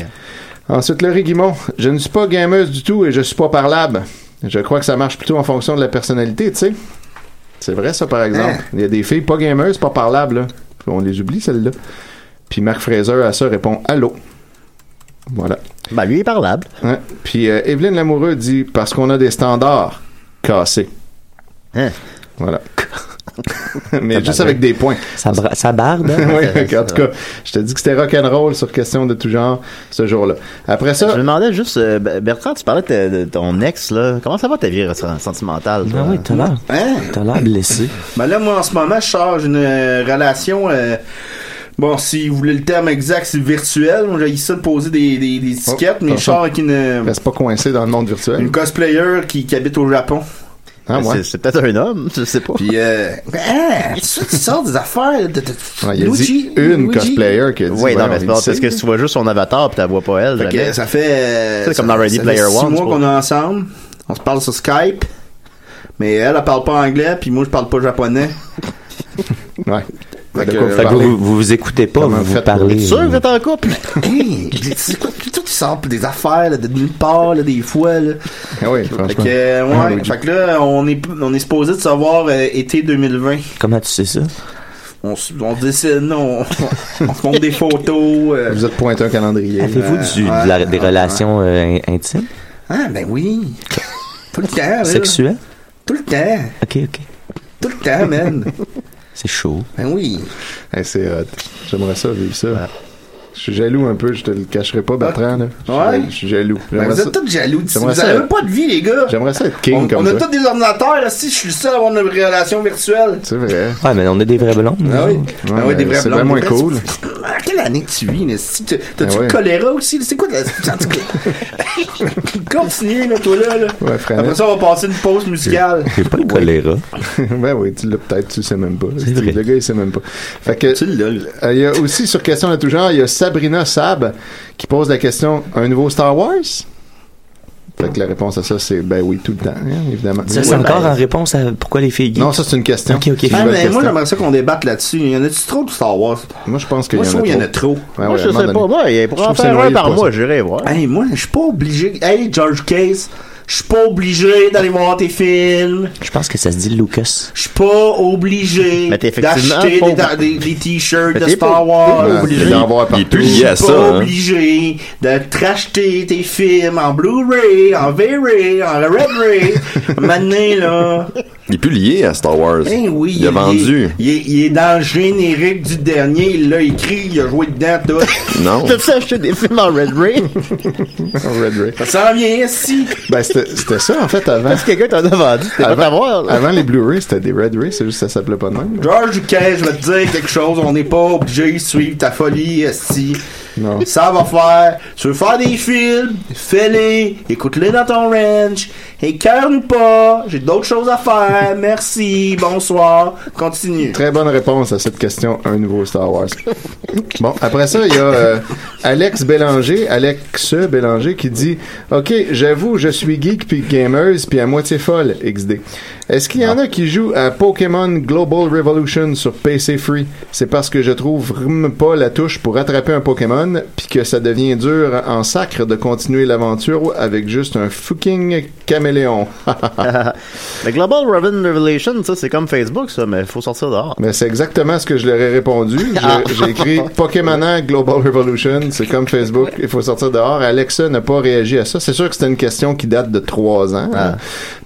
Ensuite, Laurie Guimont. Je ne suis pas gameuse du tout et je suis pas parlable. Je crois que ça marche plutôt en fonction de la personnalité, tu sais. C'est vrai, ça, par exemple. Il y a des filles pas gameuses, pas parlables, là. On les oublie, celles-là. Puis Marc Fraser, à ça, répond Allô. Voilà. Ben, lui, il est parlable. Ouais. Puis euh, Evelyne Lamoureux dit Parce qu'on a des standards cassés. Voilà. Mais juste avec des points. Ça, bra- ça barde. hein? oui, en tout cas, je te dis que c'était rock'n'roll sur question de tout genre ce jour-là. Après ça. Je me demandais juste, euh, B- Bertrand, tu parlais de, ta- de ton ex, là. Comment ça va ta vie re- Ben sentimentale? Ah oui, t'as l'air. Hein? T'as l'air blessé. Ben là, moi, en ce moment, je charge une euh, relation. euh, bon, si vous voulez le terme exact, c'est virtuel. Moi, j'ai ça de poser des, des, des étiquettes, mais je attention. sors avec une, euh, Reste pas coincé dans le monde virtuel. une cosplayer qui, qui habite au Japon. Ah, ouais. C'est- C'est peut-être un homme, je sais pas. Puis, euh, hein, tu sais, tu sors des affaires de. de- Ouais, il a Luigi, dit une Luigi. cosplayer qui a dit. Oui, non, mais c'est il pas sait. parce que si tu vois juste son avatar puis tu la vois pas elle, Fait que, jamais. ça fait. C'est comme dans ça- Ready ça fait Player six One, mois tu qu'on est vois. ensemble. On se parle sur Skype. Mais elle, elle parle pas anglais, puis moi, je parle pas japonais. Ouais. Fait De que, quoi euh, Fait que parler. vous, vous vous écoutez pas, ben, Comment vous vous faites- parlez. Sûr que t'es en couple? Hey, c'est quoi, toi, tu sors pour des affaires là, de nulle part, là, des fois. Là. Ah oui, Fait franchement. que, euh, Ah, ouais, Luigi. fait que là, on est, on est supposé de savoir euh, été 2020. Comment tu sais ça? On, s- on dessine, on, on se montre des photos. euh. Vous êtes pointé un calendrier. Avez-vous du- de la- des relations euh, in- intimes? Ah, ben oui. Tout le temps, ben là. Sexuelles? Tout le temps. Ok, ok. Tout le temps, man. C'est chaud. Ben oui. Hey, Eh, c'est hot. J'aimerais ça vivre ça. Je suis jaloux un peu, je te le cacherai pas, Bertrand. Là. Je suis Ouais. jaloux, Je suis jaloux. Ben, J'aimerais vous ça- êtes tous jaloux. de- J'aimerais Vous ça- avez même pas de vie, les gars. J'aimerais ça être On, king on comme a ça. tous des ordinateurs, là. Si je suis le seul à avoir une relation virtuelle. C'est vrai. Ouais, mais on a des vrais blondes. nous Ah oui. autres. Ah oui, des vrais c'est blondes, bien moins des vrais- cool. Ah, ok, quelle année que tu vis? là? Si tu- T'as-tu Ben ouais. le choléra aussi? là? C'est quoi? la- en tout cas. Continue, là, toi, là. là. Ouais, Frenette. Après ça, on va passer une pause musicale. J'ai pas le choléra. ben oui, tu l'as peut-être, tu le sais même pas. Le gars, il sait même pas. Fait que, Euh, il y a aussi, sur question de tout genre, il y a Sabrina Sab qui pose la question un nouveau Star Wars Fait que la réponse à ça, c'est ben oui, tout le temps, hein, évidemment. Ça, c'est Ouais, encore ben, en réponse à pourquoi les filles geeks? Non, ça, c'est une question. Ok, ok. C'est une Ah, bonne mais question. moi, j'aimerais ça qu'on débatte là-dessus. Il y en a-tu trop de Star Wars? Moi, je pense qu'il y en a y en a trop. trop. Ouais, Moi, ouais, je à un sais moment pas, donné. moi, il pourrait en trouve que faire c'est un noyé par pour mois, ça. j'irai voir. Hey, moi, je suis pas obligé. Hey, George Case, je suis pas obligé d'aller voir tes films. Je pense que ça se dit Lucas. Je suis pas obligé Mais t'es effectivement d'acheter pas des, obli- des- des t-shirts Mais de t'es pas- Star Wars. t'es pas obligé. Il est plus lié à Je suis ça, pas hein. obligé de t'acheter tes films en Blu-ray, en V-Ray, en Red-Ray. Maintenant, là. Il est plus lié à Star Wars. Eh oui, il a vendu. Il est, il est dans le générique du dernier, il l'a écrit, il a joué dedans, tout. Non. T'as-tu acheté des films en Red Ray? Red Ray. Ça s'en vient ici. Ben, c'était c'était ça, en fait, avant. Parce que quelqu'un t'en a vendu, t'es pas Avant, avant les Blu-ray, c'était des Red Ray, c'est juste que ça s'appelait pas de même. George Lucas, je vais te dire quelque chose, on n'est pas obligé de suivre ta folie, si. Non. Ça va faire. Tu veux faire des films, fais-les, écoute-les dans ton ranch, écœure-nous pas, j'ai d'autres choses à faire, merci, bonsoir, continue. Très bonne réponse à cette question, un nouveau Star Wars. Bon, après ça, il y a euh, Alex Bélanger, Alex Bélanger, qui dit « Ok, j'avoue, je suis geek puis gamer puis à moitié folle, XD. Est-ce qu'il y en a qui jouent à Pokémon Global Revolution sur PC Free? C'est parce que je trouve vraiment pas la touche pour attraper un Pokémon puis que ça devient dur en sacre de continuer l'aventure avec juste un fucking caméléon. Le Global Robin Revelation, ça, c'est comme Facebook, ça, mais faut sortir dehors. Mais c'est exactement ce que je leur ai répondu. J'ai- Ah. J'ai écrit Pokémon Global Revolution, c'est comme Facebook, il faut sortir dehors. Alexa n'a pas réagi à ça. C'est sûr que c'était une question qui date de trois ans. hein.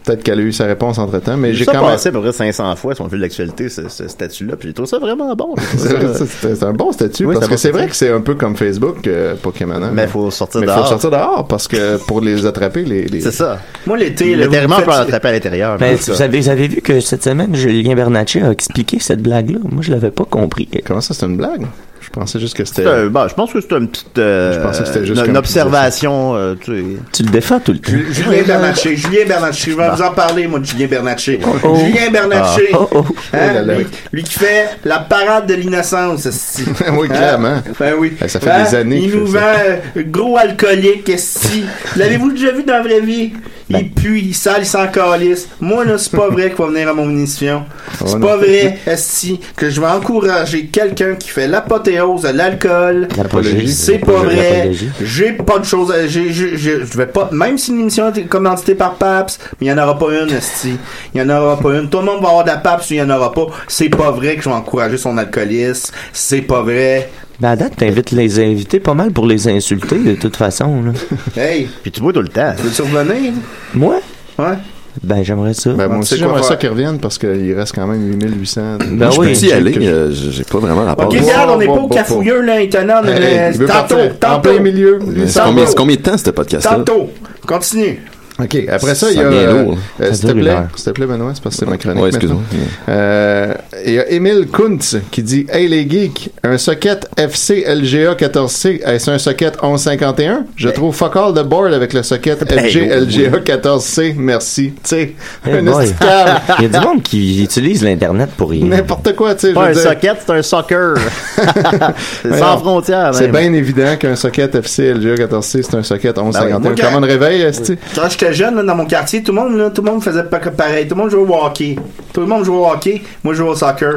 Peut-être qu'elle a eu sa réponse entre temps, mais j'ai ça quand même. Ah. passé à peu près 500 fois sur mon fil d'actualité, ce, ce statut-là, puis j'ai trouvé ça vraiment bon. C'est vrai, ça, C'est c'est un bon statut Oui, c'est parce un que bon c'est vrai statut. que c'est un peu comme Facebook, euh, Pokémon. Mais faut sortir Mais dehors. faut sortir dehors parce que pour les attraper, les. les- C'est ça. Moi, l'été, là, vous Littéralement, on peut faites- en taper à Ah, l'intérieur. Ben, Mais mais vous avez, vous avez vu que cette semaine, Julien Bernatchez a expliqué cette blague-là. Moi, je l'avais pas compris. Comment ça, c'est une blague? Je pensais juste que c'était. C'est un- bon, je pense que c'est une petite. euh, Je pensais que c'était juste une- comme une tu disais ça. observation, euh, tu sais. Tu le défends tout le temps. Julien Ben, Bernatchez, Julien Bernatchez, je vais vous en parler, moi, de Julien Bernatchez. oh. Julien Bernatchez, Ah, oh, oh. hein, Oh là là. lui, lui qui fait la parade de l'innocence, esti. oui, Hein? clairement. Ben oui. Ben, ça fait Hein? des années Il qu'il nous fait vend ça. euh, gros alcoolique, esti. L'avez-vous déjà vu dans la vraie vie? Ben. Il pue, il sale, il s'en calisse. Moi, là, c'est pas vrai qu'il va venir à mon émission. Oh, C'est non. pas vrai, esti, que je vais encourager quelqu'un qui fait l'apothéose de l'alcool. L'apogée. C'est pas L'apogée, vrai. l'apogée. J'ai pas de choses à. j'ai- j'ai- j'ai- Je vais pas. Même si l'émission est commanditée par PAPS, mais il y en aura pas une, esti. Il y en aura pas une. Tout le monde va avoir de la PAPS, il y en aura pas. C'est pas vrai que je vais encourager son alcoolisme. C'est pas vrai. Ben, à date, t'invites les invités pas mal pour les insulter, de toute façon. là. Hey, Puis tu bois tout le temps. veux-tu revenir? Moi? Ouais. Ben, j'aimerais ça. Ben, moi Tu sais aussi, quoi j'aimerais faire. ça qu'ils reviennent parce qu'il reste quand même 8800. Ben je oui. peux y aller, euh, j'ai pas vraiment la Ok, parole. regarde, on n'est bon, pas bon, au cafouilleux, là, étonnant. Hey, mais- il veut Tantôt, partir. En tantôt. plein milieu. Mais c'est Tantôt. combien, c'est combien de temps, ce podcast-là? Tantôt. Continue. OK, après ça, Ça il y a. devient euh, lourd. euh, Ça S'il te dure une plaît, heure. s'il te plaît, Benoît, c'est parce que c'est ma chronique. Ouais, excuse-moi. maintenant. Euh, Il y a Émile Kuntz qui dit Hey les geeks, un socket FC LGA 14C, est-ce un socket 1151 Je trouve fuck all de board avec le socket FG LGA 14C, merci. Tu sais, Eh un boy. esticable. Il y a du monde qui utilise l'Internet pour rien. N'importe quoi, tu sais. je Pas veux un dire. socket, c'est un soccer. c'est Mais sans non, frontières, C'est même. bien évident qu'un socket FC LGA 14C, c'est un socket 1151. Ben oui, moi, Comment on réveille, esti? Quand j'étais jeune, là, dans mon quartier, tout le monde, là, tout le monde faisait pa- pareil. Tout le monde jouait au hockey. Tout le monde jouait au hockey. Moi, je jouais au soccer.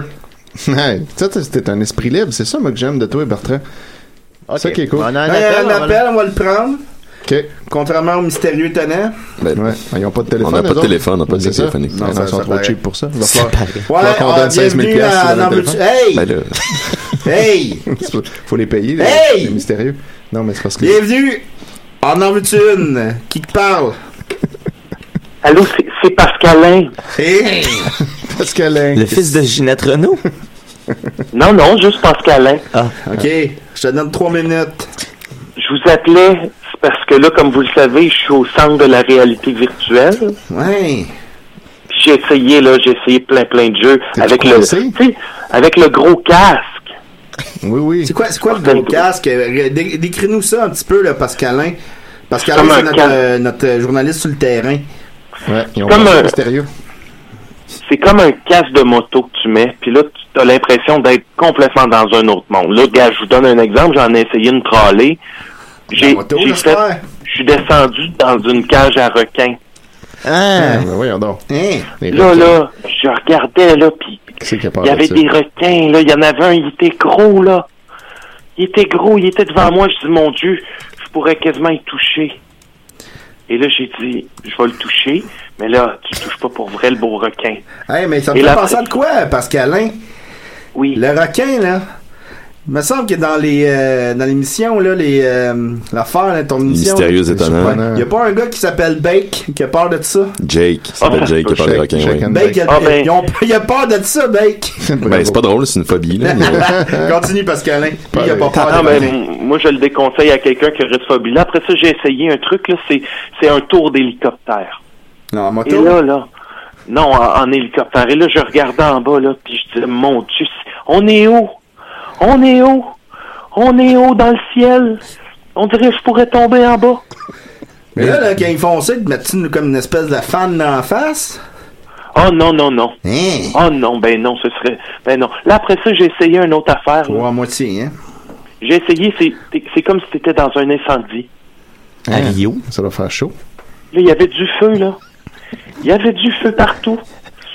Hey, tu sais, t'es un esprit libre, c'est ça, moi, que j'aime de toi, Bertrand. Ok. ça qui est cool. On a un Quand il y a appel, Ben, un on va le- appel, on va le prendre. OK. Contrairement au mystérieux tenant. Ben, Ouais. Ils n'ont pas de téléphone. On n'a pas de eux autres? téléphone, on n'a pas de Ouais, c'est ça. téléphonique. Non, Non, non, ça- ils sont ça trop paraît. cheap pour ça. Il va C'est falloir- pareil. Ouais, Là, qu'on ah, donne 16 000 bienvenue à sur le dans téléphone. veux-tu- Hey! Ben là, Hey! faut les payer. les- Hey! C'est mystérieux. Non, mais c'est parce que. Bienvenue! En en veux-tu une? Qui te parle? Allô, c'est- c'est Pascalin. Hey! Parce que là, Le fils de Ginette Renault? Ah. Non, non, juste Pascalin. Ok, je te donne trois minutes. Je vous appelais c'est parce que là, comme vous le savez, je suis au centre de la réalité virtuelle. Ouais. Puis J'ai essayé, là, j'ai essayé plein, plein de jeux T'es-tu avec le, coincé? tu sais, avec le gros casque. Oui, oui. C'est quoi, c'est quoi le gros casque? Euh, dé- Décris-nous ça un petit peu, là, Pascalin. Pascalin, Comme un c'est notre, casque. euh, notre, euh, journaliste sur le terrain. Ouais, ont Comme pensé un- mystérieux. C'est comme un casque de moto que tu mets, puis là, tu as l'impression d'être complètement dans un autre monde. Là, gars, je vous donne un exemple, j'en ai essayé une trolley. J'ai j'ai fait- je suis descendu dans une cage à requins. Ah, ben voyons donc. Hein? Les Là, requins. là, je regardais, là, puis Qui c'est qui a Il y parlé de avait ça? des requins, là. Il y en avait un, il était gros, là. Il était gros, il était devant moi. Je dis, mon Dieu, je pourrais quasiment y toucher. Et là, j'ai dit, je vais le toucher, mais là, tu touches pas pour vrai le beau requin. Hey, mais ça me Et fait la- penser à de quoi, Pascalin? Oui. Le requin, là. Il me semble que dans les euh, dans l'émission, là, les euh, l'affaire, là, ton émission. Mystérieux là, étonnant. je sais pas, Il y a pas un gars qui s'appelle Bake qui a peur de ça. Jake, c'est Ah, pas Jake qui parle des requins, Bake, oui. Mm. Ben, Ah, il a, ils ont- il a peur de ça, Bake. Ben, c'est pas drôle, c'est une phobie, là. mais- euh, Continue, Pascalin. Il a pas peur Ah, de ben, ça. m- moi, je le déconseille à quelqu'un qui aurait de phobie. Là, après ça, j'ai essayé un truc, là, c'est, c'est un tour d'hélicoptère. Non, en Et là, là, non, en, en hélicoptère. Et là, je regardais en bas, là, puis je disais, mon Dieu, c'est- on est où? On est où? On est haut dans le ciel. On dirait que je pourrais tomber en bas. Mais là, là, quand ils font ça, ils te mettent une- comme une espèce de fan dans la face. Oh non, non, non. Oh non, ben non, ce serait. Ben non. Là, après ça, j'ai essayé une autre affaire. Ou à moitié, hein. J'ai essayé, c'est- c'est c'est comme si t'étais dans un incendie. À Rio. Ça doit faire chaud. Là, il y avait du feu, là. Il y avait du feu partout.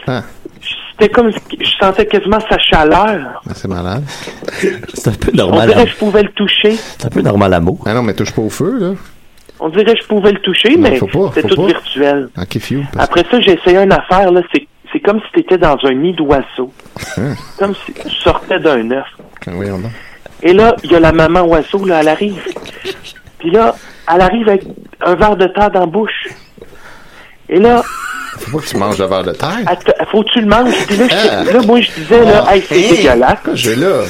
Hein? Ah. C'était comme. Je sentais quasiment sa chaleur. Ben, C'est malade. C'est un peu On normal. dirait à- que je pouvais le toucher. C'est un peu normal amour. Ah non, mais touche pas au feu, là. On dirait que je pouvais le toucher, Non, mais faut pas, c'était faut tout pas. virtuel. Ok, few. Après ça, j'ai essayé une affaire, là. C'est c'est comme si t'étais dans un nid d'oiseau. Hein? Comme si tu sortais d'un œuf. Voyons donc. Et là, il y a la maman oiseau, là, elle arrive. Puis là, elle arrive avec un verre de terre dans la bouche. Et là, Faut pas que tu manges le verre de terre. elle te- faut que tu le manges. Puis là, Ah. je- là, moi, je disais, là, Ah. Hey, c'est Hey. dégueulasse. Je vais là.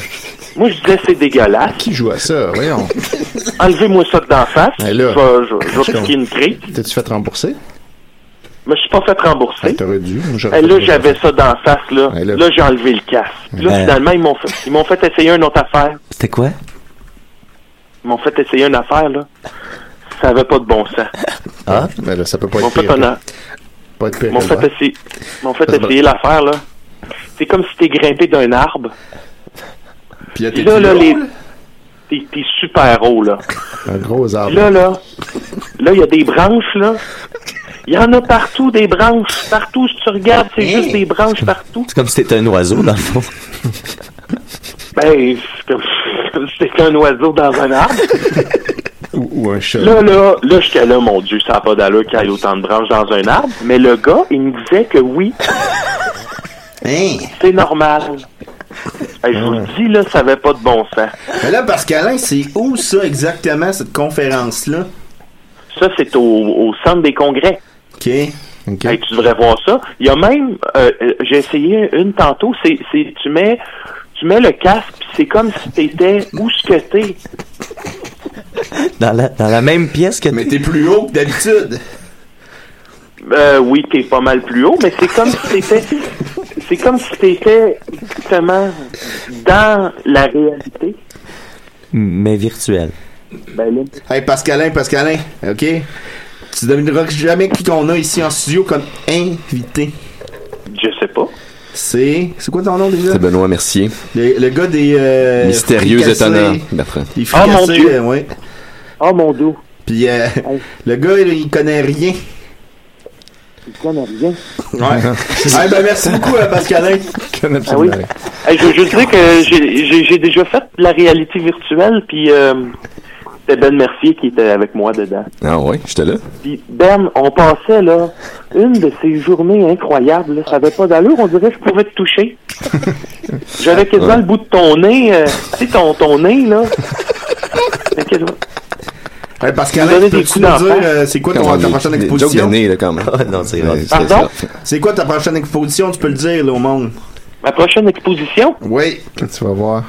Moi, je disais, c'est dégueulasse. Qui joue à ça? Voyons. Enlevez-moi ça de d'en face. Hey, Ben là. Je vais- je- je vais Je piquer une crise. T'es-tu fait rembourser? Mais je suis pas fait rembourser. T'aurais dû. Moi, j'aurais Hey, Euh, là, fait- j'avais ça d'en face, là. Ben Là, j'ai enlevé le casque. Puis là, Ouais. finalement, ils m'ont fait, ils m'ont fait essayer une autre affaire. C'était quoi? Ils m'ont fait essayer une affaire, là. Ça avait pas de bon sens. Ah? Ben là, ça peut pas Ils m'ont être fait pire. un an. Pas être pire. M'ont que fait ça. essayer, m'ont fait Ça se essayer bat. l'affaire, là. C'est comme si t'es grimpé d'un arbre. Puis là, Puis t'es là, plus là, haut, les... là. T'es, t'es super haut, là. Un gros Puis arbre. là, là, là, il y a des branches, là. Il y en a partout, des branches. Partout, si tu regardes, c'est juste des branches partout. C'est comme si t'étais un oiseau, dans le fond. Ben, c'est comme, c'est comme si t'étais un oiseau dans un arbre. Ou, ou un chat. Là, là, là, j'étais là, mon Dieu, ça n'a pas d'allure qu'il y ait autant de branches dans un arbre. Mais le gars, il me disait que oui. C'est normal. Hey, je vous le dis, là, ça n'avait pas de bon sens. Mais là, Pascalin, c'est où ça exactement, cette conférence-là? Ça, c'est au, au centre des congrès. OK. Hey, tu devrais voir ça. Il y a même, euh, euh, j'ai essayé une tantôt, c'est, c'est- tu mets, tu mets le casque, puis c'est comme si t'étais où ce que t'es. Dans la, dans la même pièce que Mais t'es plus haut que d'habitude. Euh, oui, t'es pas mal plus haut, mais c'est comme si t'étais, c'est comme si t'étais justement dans la réalité. Mais virtuel. Ben là, Hey, Pascalin, Pascalin, OK? Tu devineras jamais qui qu'on a ici en studio comme invité. je sais pas. C'est. C'est quoi ton nom déjà? C'est Benoît Mercier. Le, le gars des. euh, Mystérieux fricassés. étonnant, Bertrand. Des Ah, mon fricassés, Dieu. euh, ouais. Oh mon dieu, Puis euh, le gars, il, il connaît rien. il connaît rien. Ouais. hey, ben, merci beaucoup, euh, Pascalin. Ah oui. Hey, je veux juste dire que j'ai, j'ai- j'ai déjà fait de la réalité virtuelle, puis euh, c'était Ben Mercier qui était avec moi dedans. Ah ouais, j'étais là. Puis Ben, on passait là une de ces journées incroyables. là. ça avait pas d'allure. On dirait que je pouvais te toucher. J'avais quasiment Ouais. le bout de ton nez. euh, tu sais, ton, ton nez là. J'avais quasiment- Hey, Vous Pascalin, donnez des peux-tu coups nous d'en dire face. euh, c'est quoi Comment ton, ta les- prochaine les exposition? jokes de nez, là, quand même. non, c'est Pardon? C'est quoi ta prochaine exposition? Tu peux le dire, là, au monde. Ma prochaine exposition. Oui. Tu vas voir.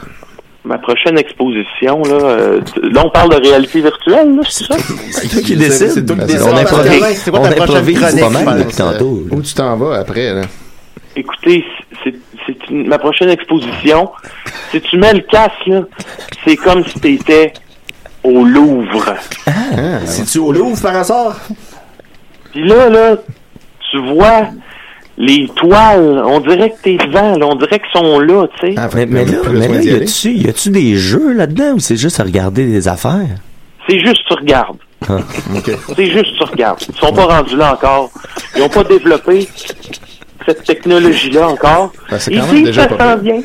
Ma prochaine exposition là. euh, t- là, on parle de réalité virtuelle. Là, c'est ça. C'est toi qui Je sais, décides. Ben, c'est toi qui On décides. improvise. Pascalin, c'est quoi On ta prochaine improvise pas chronique, mal je depuis pense, euh, tantôt. Où tu t'en vas après, là? Écoutez, c'est, c'est une ma prochaine exposition, si tu mets le casque, là, c'est comme si t'étais au Louvre. hein? C'est-tu au Louvre par hasard? Puis là, là, tu vois les toiles, on dirait que t'es devant, là, on dirait qu'ils sont là, tu sais. Eh, mais, mais là, mais là, y a-tu y a-tu des jeux là-dedans ou c'est juste à regarder des affaires? C'est juste tu regardes. Ah. C'est juste tu regardes. Ils sont pas rendus là encore. Ils ont pas développé cette technologie-là encore. Ben, c'est Ils quand même disent que déjà ça pas s'en vient.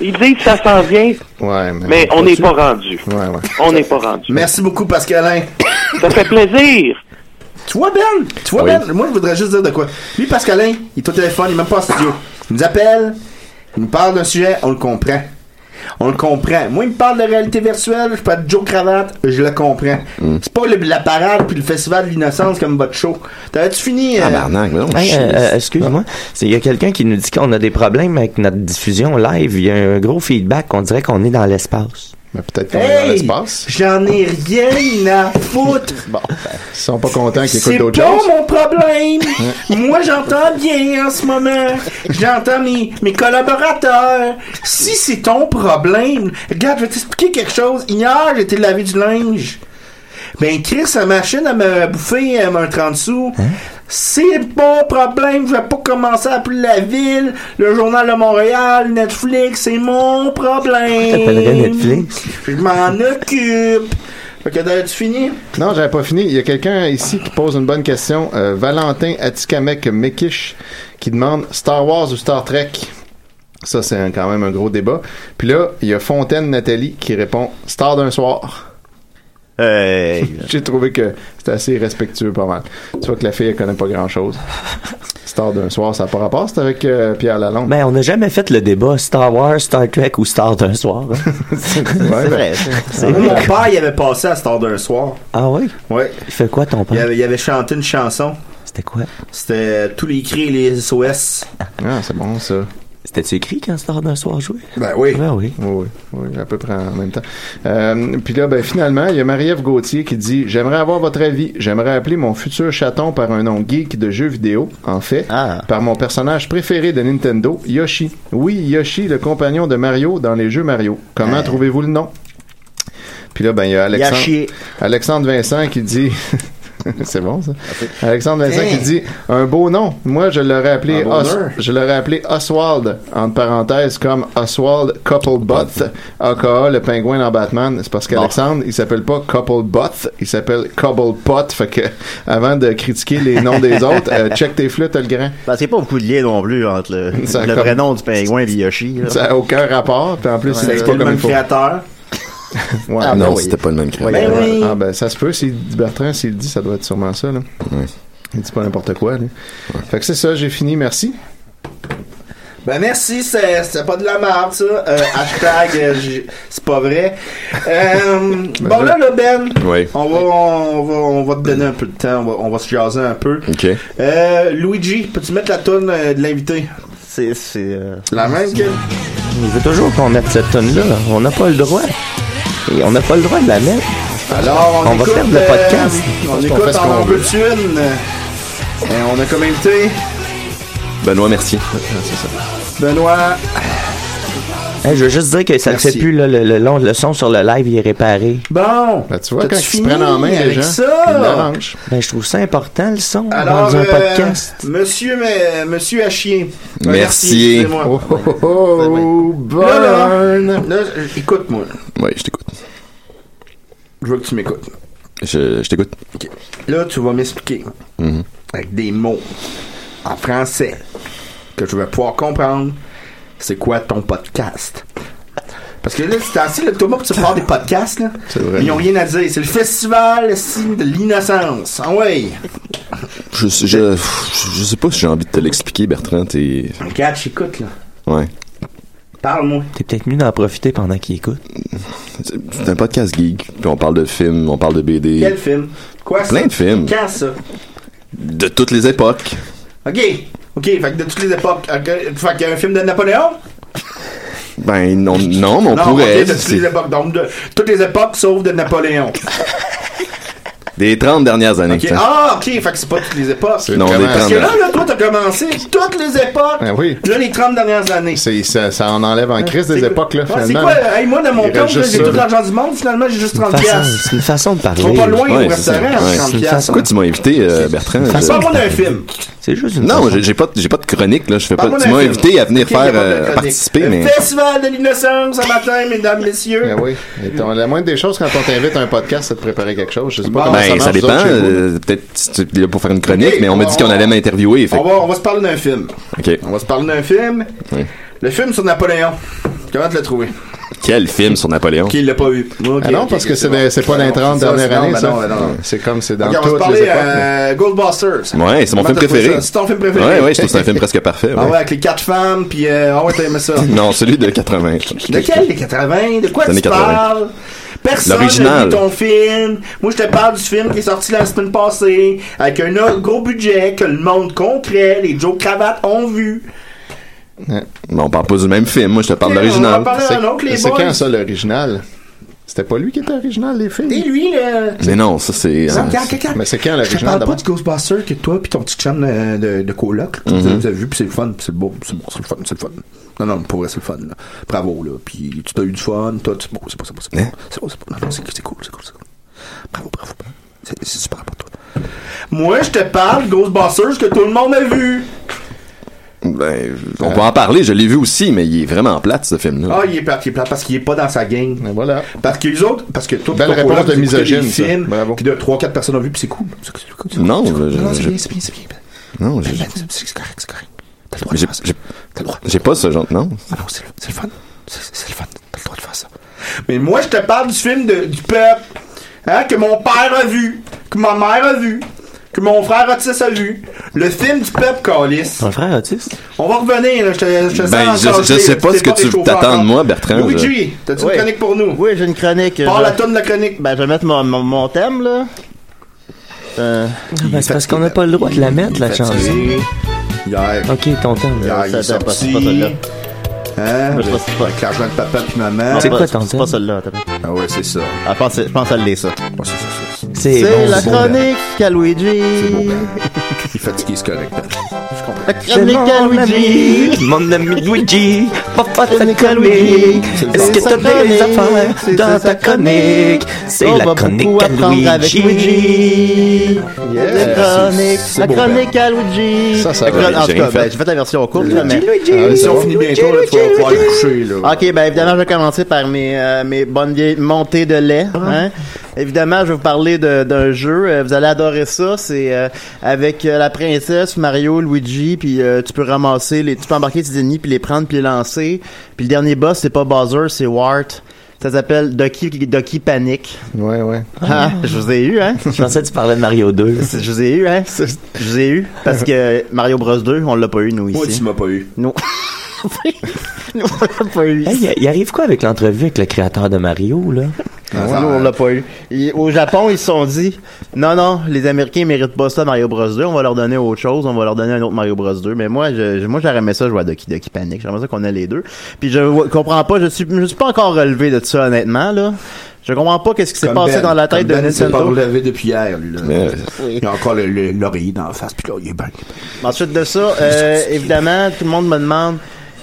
Ils disent que ça s'en vient, Ouais, mais on n'est pas rendu. Ouais, ouais. On n'est pas rendu. Merci beaucoup, Pascalin. Ça fait plaisir. Toi, Ben, toi, Oui. Ben, moi, je voudrais juste dire de quoi. Lui, Pascalin, il est au téléphone, il est même pas en studio. Il nous appelle, il nous parle d'un sujet, on le comprend. On le comprend. Moi, il me parle de réalité virtuelle, je parle de Joe Cravate, je le comprends. C'est pas le- la parade puis le festival de l'innocence comme votre show. T'avais-tu fini? euh, Ah, ben Hey, euh, euh, Excuse-moi, c'est- il y a quelqu'un qui nous dit qu'on a des problèmes avec notre diffusion live. Il y a un gros feedback. On dirait qu'on est dans l'espace. Mais peut-être Hey! J'en ai rien à foutre! Bon, ben, ils sont pas contents qu'ils C'est écoutent pas d'autres choses. mon problème. Moi, j'entends bien en ce moment. J'entends mes, mes collaborateurs. Si c'est ton problème, regarde, je vais t'expliquer quelque chose. Hier, j'étais lavé du linge. Ben, Chris, sa machine, elle m'a bouffé elle m'a un 30 sous. C'est mon problème. Je vais pas commencer à appeler la ville, le journal de Montréal, Netflix. C'est mon T'appellerais problème. Netflix? Je m'en occupe. Fait que t'as-tu fini? Non, j'avais pas fini. Il y a quelqu'un ici qui pose une bonne question. Euh, Valentin Atikamek Mekish qui demande Star Wars ou Star Trek Ça, c'est un- quand même un gros débat. Puis là, il y a Fontaine Nathalie qui répond Star d'un soir. euh, J'ai trouvé que c'était assez respectueux, pas mal. Tu vois que la fille, elle connaît pas grand chose. Star d'un soir, ça n'a pas rapport. C'était avec euh, Pierre Lalonde. Ben, on n'a jamais fait le débat Star Wars, Star Trek ou Star d'un soir. hein. Ouais, vrai, ben, C'est Moi, vrai. mon père, il avait passé à Star d'un soir. Ah oui? Ouais. Il fait quoi ton Il père? avait, il avait chanté une chanson. C'était quoi? C'était Tous les cris et les SOS. Ah, c'est bon, ça. C'était-tu écrit quand Star d'un soir jouait? Ben oui. Ben oui. Oui, oui, oui, à peu près en même temps. Euh, puis là, ben, finalement, il y a Marie-Ève Gauthier qui dit J'aimerais avoir votre avis. J'aimerais appeler mon futur chaton par un nom geek de jeux vidéo, en fait, par mon personnage préféré de Nintendo, Yoshi. Oui, Yoshi, le compagnon de Mario dans les jeux Mario. Comment trouvez-vous le nom Puis là, ben, il y a Alexandre, Yoshi. Alexandre Vincent qui dit. C'est bon ça. Alexandre Vincent qui dit un beau nom. Moi, je l'aurais appelé Un bonheur. Os- je l'aurais appelé Oswald, entre parenthèses, comme Oswald Couplebot, aka le pingouin dans Batman. C'est parce qu'Alexandre, il s'appelle pas Couplebot, il s'appelle Cobblepot. Fait que, avant de critiquer les noms des autres, euh, check tes flûtes, le grand. Parce qu'il n'y a Ben, pas beaucoup de lien non plus entre le, Ça le comme- vrai nom du pingouin et Yoshi. là. Ça n'a aucun rapport, puis en plus, C'était c'est pas le comme même il faut. créateur. Ouais, Ah, non, c'était pas le même créateur. Ouais, Ben ouais. oui. Ah, ben, ça se peut, s'il dit Bertrand, s'il dit, ça doit être sûrement ça, là. Il dit pas n'importe quoi, lui. Fait que c'est ça, j'ai fini, merci. Ben merci, c'est c'est pas de la merde ça. Euh, hashtag, euh, j'ai- c'est pas vrai. Euh, bon là, là Ben, Oui. on, va, on, va, on va te donner un peu de temps, on va, on va se jaser un peu. OK. Euh, Luigi, peux-tu mettre la tonne de l'invité? C'est. c'est, euh, La même que... Il veut toujours qu'on mette cette tonne-là. On n'a pas le droit. Et on n'a pas le droit de la mettre. Alors, on, va écoute, perdre le euh, podcast. on qu'on fait écoute ce qu'on en veut. veut une. Et on a comme invité Benoît, merci. Benoît. Hey, je veux juste dire que ça ne Merci. fait plus là, le, le- le- le son sur le live, il est réparé. Bon. Ben, tu vois, T'as-tu quand ils se fini prennent en main, les avec gens, ça? ils l'arrangent. Ben, je trouve ça important le son Alors, dans un euh, podcast. monsieur, mais, monsieur à chier. Merci. excusez-moi. Oh, oh, oh, Là, là, burn! là, j- écoute-moi. Oui, je t'écoute. Je veux que tu m'écoutes. Je, je t'écoute. Là, tu vas m'expliquer Mhm. avec des mots en français que je vais pouvoir comprendre c'est quoi ton podcast. Parce que là, c'est ainsi, là, tout le monde, tu parles des podcasts, là. C'est vrai. mais Ils ont rien à dire. C'est le festival le signe de l'innocence. Ah ouais. Je, je, je, je sais pas si j'ai envie de te l'expliquer, Bertrand. T'es. Regarde, j'écoute, là. Ouais. Parle-moi. T'es peut-être mieux d'en profiter pendant qu'il écoute. C'est c'est un podcast geek. Puis on parle de films, on parle de BD. Quel film? Quoi ça? Plein de films. Quand ça? De toutes les époques. OK. OK, fait que de toutes les époques, ok, fait qu'il y a un film de Napoléon? Ben non, non mais on non, pourrait. ok, de toutes c'est- les époques, donc de toutes les époques sauf de Napoléon. Des 30 dernières années. Ok. ça. Ah, ok, fait que c'est pas toutes les époques. C'est Non, des vraiment- Parce que là, trente- là, toi, t'as commencé toutes les époques. Ah oui. Là, les 30 dernières années. Ça, ça en enlève en crise des Ah, C'est- époques, là, Ouais, finalement. c'est quoi, là. hey, moi, dans mon Il compte, reste là, juste j'ai ça, tout là. l'argent du monde, finalement, j'ai juste 30 piastres. C'est une façon de parler. Ils sont pas loin au Ouais, c'est restaurant, ça. Ouais. 30 piastres. Pourquoi tu m'as invité, euh, Bertrand? C'est Je- pas moi d'un film. C'est juste Non, j'ai j'ai pas, de- j'ai pas de chronique, là. Je fais pas, Parle-moi tu d'un m'as film. invité à venir Ok, faire, parle-moi euh, d'un chronique. participer, Le mais. Festival de l'innocence ce matin, mesdames, messieurs. Ben oui. Et ton- la moindre des choses quand on t'invite à un podcast, c'est de préparer quelque chose. Je sais pas comment ça Ben, marche. ça vous dépend. autres, chez vous. euh, Peut-être si tu es là pour faire une chronique, Ok, mais on m'a on- dit qu'on allait m'interviewer. Fait... On va, on va se parler d'un film. OK. On va se parler d'un film. Oui. Le film sur Napoléon. Comment tu l'as trouvé? Quel film sur Napoléon? Qui l'a pas eu? Ok, Ah non, ok, parce que c'est bon. des- c'est pas Ah dans les non, 30 c'est ça, dernières c'est- non, années, ben ça. non, ben non, non. C'est comme c'est dans Ok, on va se toutes les parler époques. euh, Ghostbusters. Ouais, c'est mon Comment film t'as trouvé préféré. ça? C'est ton film préféré. Ouais, ouais, je trouve que c'est un film presque parfait. Ah ouais. ouais, avec les quatre femmes, puis euh, ah ouais, t'as aimé ça. Non, celui de 80. De quel les 80 De quoi Les tu années 80. parles Personne n'a L'original. vu ton film. Moi, je te parle du film qui est sorti la semaine passée, avec un autre gros budget que le monde concret, les Joe Cravates ont vu. Mais on parle pas du même film. Moi, je te parle de Ok, on l'original. va parler d'un autre, les C'est boys. quand ça, l'original? C'était pas lui qui était original, les films? Et lui, le. Mais non, ça, c'est. Non, quand- euh, quand- Mais c'est quand Je te l'original parle pas d'abord? de Ghostbusters que toi puis ton petit chum euh, de, de coloc. là, que Mhm. Mm-hmm. Vous avez vu, puis c'est le fun, puis c'est bon, c'est bon, c'est le fun, c'est le fun. Non, non, pour vrai, c'est le fun. là. Bravo, là. Puis tu t'as eu du fun, toi, c'est bon, c'est bon, c'est bon, Hein? c'est bon. C'est bon, c'est bon. Non, non, c'est c'est cool, c'est cool, c'est cool. Bravo, bravo. bravo. C'est c'est super pour toi. Moi, je te parle Ghostbusters que tout le monde a vu. Mm-hmm. Ben, on peut en parler. Je l'ai vu aussi, mais il est vraiment plate, ce film-là. Ah, il est plat, il est plat parce qu'il est pas dans sa gang. Ben, voilà. Parce que les autres, parce que toi, Mm-hmm. Belle ton réponse coloc, de vous écoutez des misogyne, ça. films que de 3-4 personnes ont vu, puis c'est cool. C'est c'est cool. c'est cool, Non, c'est cool. je- non, je- c'est je- bien, c'est bien, c'est bien. Non, je- Ben, ben, c'est- C'est correct, c'est correct. mais j'ai- j'ai- J'ai pas ce genre. Non. Ah non, c'est le, c'est le fun. C'est c'est le fun. T'as le droit de faire ça. Mais moi, je te parle du film de- du peuple. Hein, que mon père a vu. Que ma mère a vu. Que mon frère autiste a vu. Le film du peuple, Calis. Ton frère autiste? On va revenir, là. Je te, je te Ben, sens je, chargé, je sais là, pas ce que tu réchauffé t'attends encore. de moi, Bertrand. Louis je- G, t'as-tu Oui. une chronique pour nous? Oui, j'ai une chronique. Parle je- à toi de la chronique. Ben, je vais mettre mon, mon, mon thème, là. Euh, Ben, c'est parce qu'on n'a pas le droit de la mettre, la chanson. Hier. Ok, ton temps. Hier, il est Ça, t'as pas- c'est sorti. pas celle-là. Hein? C'est pas- c'est pas- Avec l'argent de papa puis maman. Non, C'est pas celle-là. Ah ouais, c'est ça. Ah, je pense- je pense à l'est, ça. C'est bon, la c'est bon, chronique à Luigi. C'est bon, Il est fatigué, c'est correct. Je comprends. La chronique à Luigi. Mon ami Luigi, va faire ta chronique. chronique. Est-ce que C'est sa t'as des chronique. affaires C'est- dans c'est ta sa chronique? C'est On la va chronique beaucoup à apprendre avec Luigi. Yeah. La chronique, C'est la beau, ben. chronique à Luigi. Ah, Ça, ça La va, chron- En j'ai tout cas, fait. ben, j'ai fait la version courte, là, mais. Ah, si on finit bientôt, là, tu vas pouvoir aller coucher, là. Ok, ben évidemment, je vais commencer par mes, euh, mes bonnes vieilles montées de lait. Ah. hein. Évidemment, je vais vous parler de- d'un jeu. euh, Vous allez adorer ça. C'est euh, avec euh, la princesse, Mario, Luigi, puis euh, tu peux ramasser les, tu peux embarquer tes ennemis puis les prendre puis les lancer. Puis le dernier boss, c'est pas Bowser, c'est Wart. Ça s'appelle Ducky, Ducky Panic. Ouais, ouais. Ah, je vous ai eu, hein? Je pensais que tu parlais de Mario 2. C'est- Je vous ai eu, hein? Je vous ai eu. Parce que Mario Bros 2, on l'a pas eu, nous, ici. Moi, tu m'as pas eu. Non. Nous, on l'a pas eu. Hey, il- il arrive quoi avec l'entrevue avec le créateur de Mario, là? Ah, nous, on l'a pas eu. Et au Japon, ils se sont dit non, non, les Américains méritent pas ça, Mario Bros 2. On va leur donner autre chose. On va leur donner un autre Mario Bros 2. Mais moi, je, je- moi, j'aurais aimé ça jouer à Doki Doki Panic. J'aimerais ça qu'on ait les deux. Puis je vois- comprends pas. Je suis, je suis pas encore relevé de ça, honnêtement, là. Je comprends pas qu'est-ce qui s'est Comme passé Ben. dans la tête Comme ben, de il s'est Nintendo. pas relevé depuis hier, lui, là. Mais- Il a encore le- le- l'oreiller dans la face, puis là, il est bien. Ensuite de ça, euh, évidemment, tout le monde me demande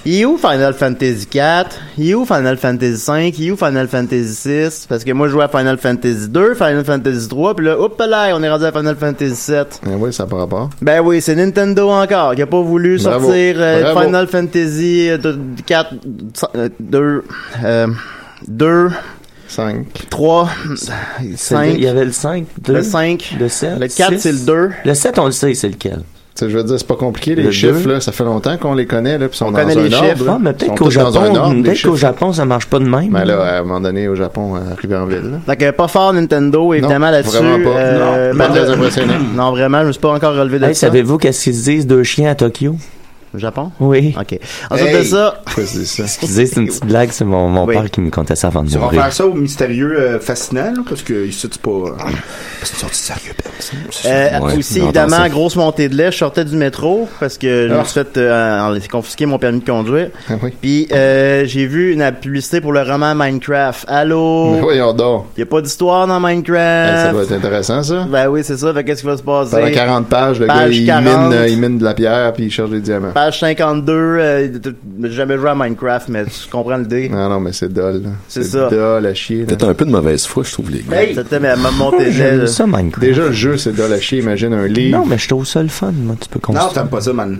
il est où Final Fantasy 4 Il est où Final Fantasy 5 Il est où Final Fantasy 6 Parce que moi, je jouais à Final Fantasy 2, Final Fantasy 3, puis là, hop là, on est rendu à Final Fantasy 7. Ben oui, ça par rapport. Ben oui, c'est Nintendo encore qui a pas voulu Bravo. sortir euh, Bravo. Final Fantasy euh, 4, euh, 2, euh, 2, 5, 3, C'est le- 5. Il y avait le 5, 2, Le 5, le 7, le 4, c'est le 2. Le 7, on le sait, c'est lequel. Tu sais, je veux dire, c'est pas compliqué, les Le chiffres, deux. là, ça fait longtemps qu'on les connaît, là, puis sont On dans connaît un les ordre, chiffres. hein, là. Ah, mais Ils sont peut-être qu'au tous dans un ordre, Japon, les peut-être chiffres. qu'au Japon, ça marche pas de même. Ben là, à un moment donné, au Japon, à Rivière-en-Ville, là. Fait que pas fort Nintendo, évidemment, Non, là-dessus. vraiment pas. euh, Non, pas ben, très euh, impressionné. Non, vraiment, je me suis pas encore relevé de Hey, ça. savez-vous qu'est-ce qu'ils disent deux chiens à Tokyo? Japon? Oui. OK. Ensuite de Hey! ça... Excusez, c'est une petite blague, c'est mon, mon Oui. père qui me contait ça avant de Tu vas mourir. faire ça au mystérieux euh, fascinant, là, parce que ici, c'est pas. euh, Parce que tu sorti sérieux, Ben. c'est- c'est- Euh, Ouais, aussi, on entend évidemment, ça. grosse montée de lait. Je sortais du métro parce que je Ah. me suis fait euh, en- confisquer mon permis de conduire. Ah Puis euh, j'ai vu une publicité pour le roman Minecraft. Allô? Mais voyons donc. Il n'y a pas d'histoire dans Minecraft. Eh, ça doit être intéressant, ça. Ben oui, c'est ça. Fait qu'est-ce qui va se passer? Pendant 40 pages, le gars, Page il 40. mine, euh, il mine de la pierre puis il cherche des diamants. Page 52, euh, t- j'ai jamais joué à Minecraft, mais tu comprends l'idée. Non, non, mais c'est dole. là. C'est ça. dole à chier. Peut-être un peu de mauvaise foi, je trouve, les Hey! C'était ma ma montée de lait. J'aime là. ça, Minecraft. Déjà, le jeu, c'est dole à chier. Imagine un livre. Non, mais je trouve ça le fun, moi, tu peux Non, construire. t'aimes pas ça, man.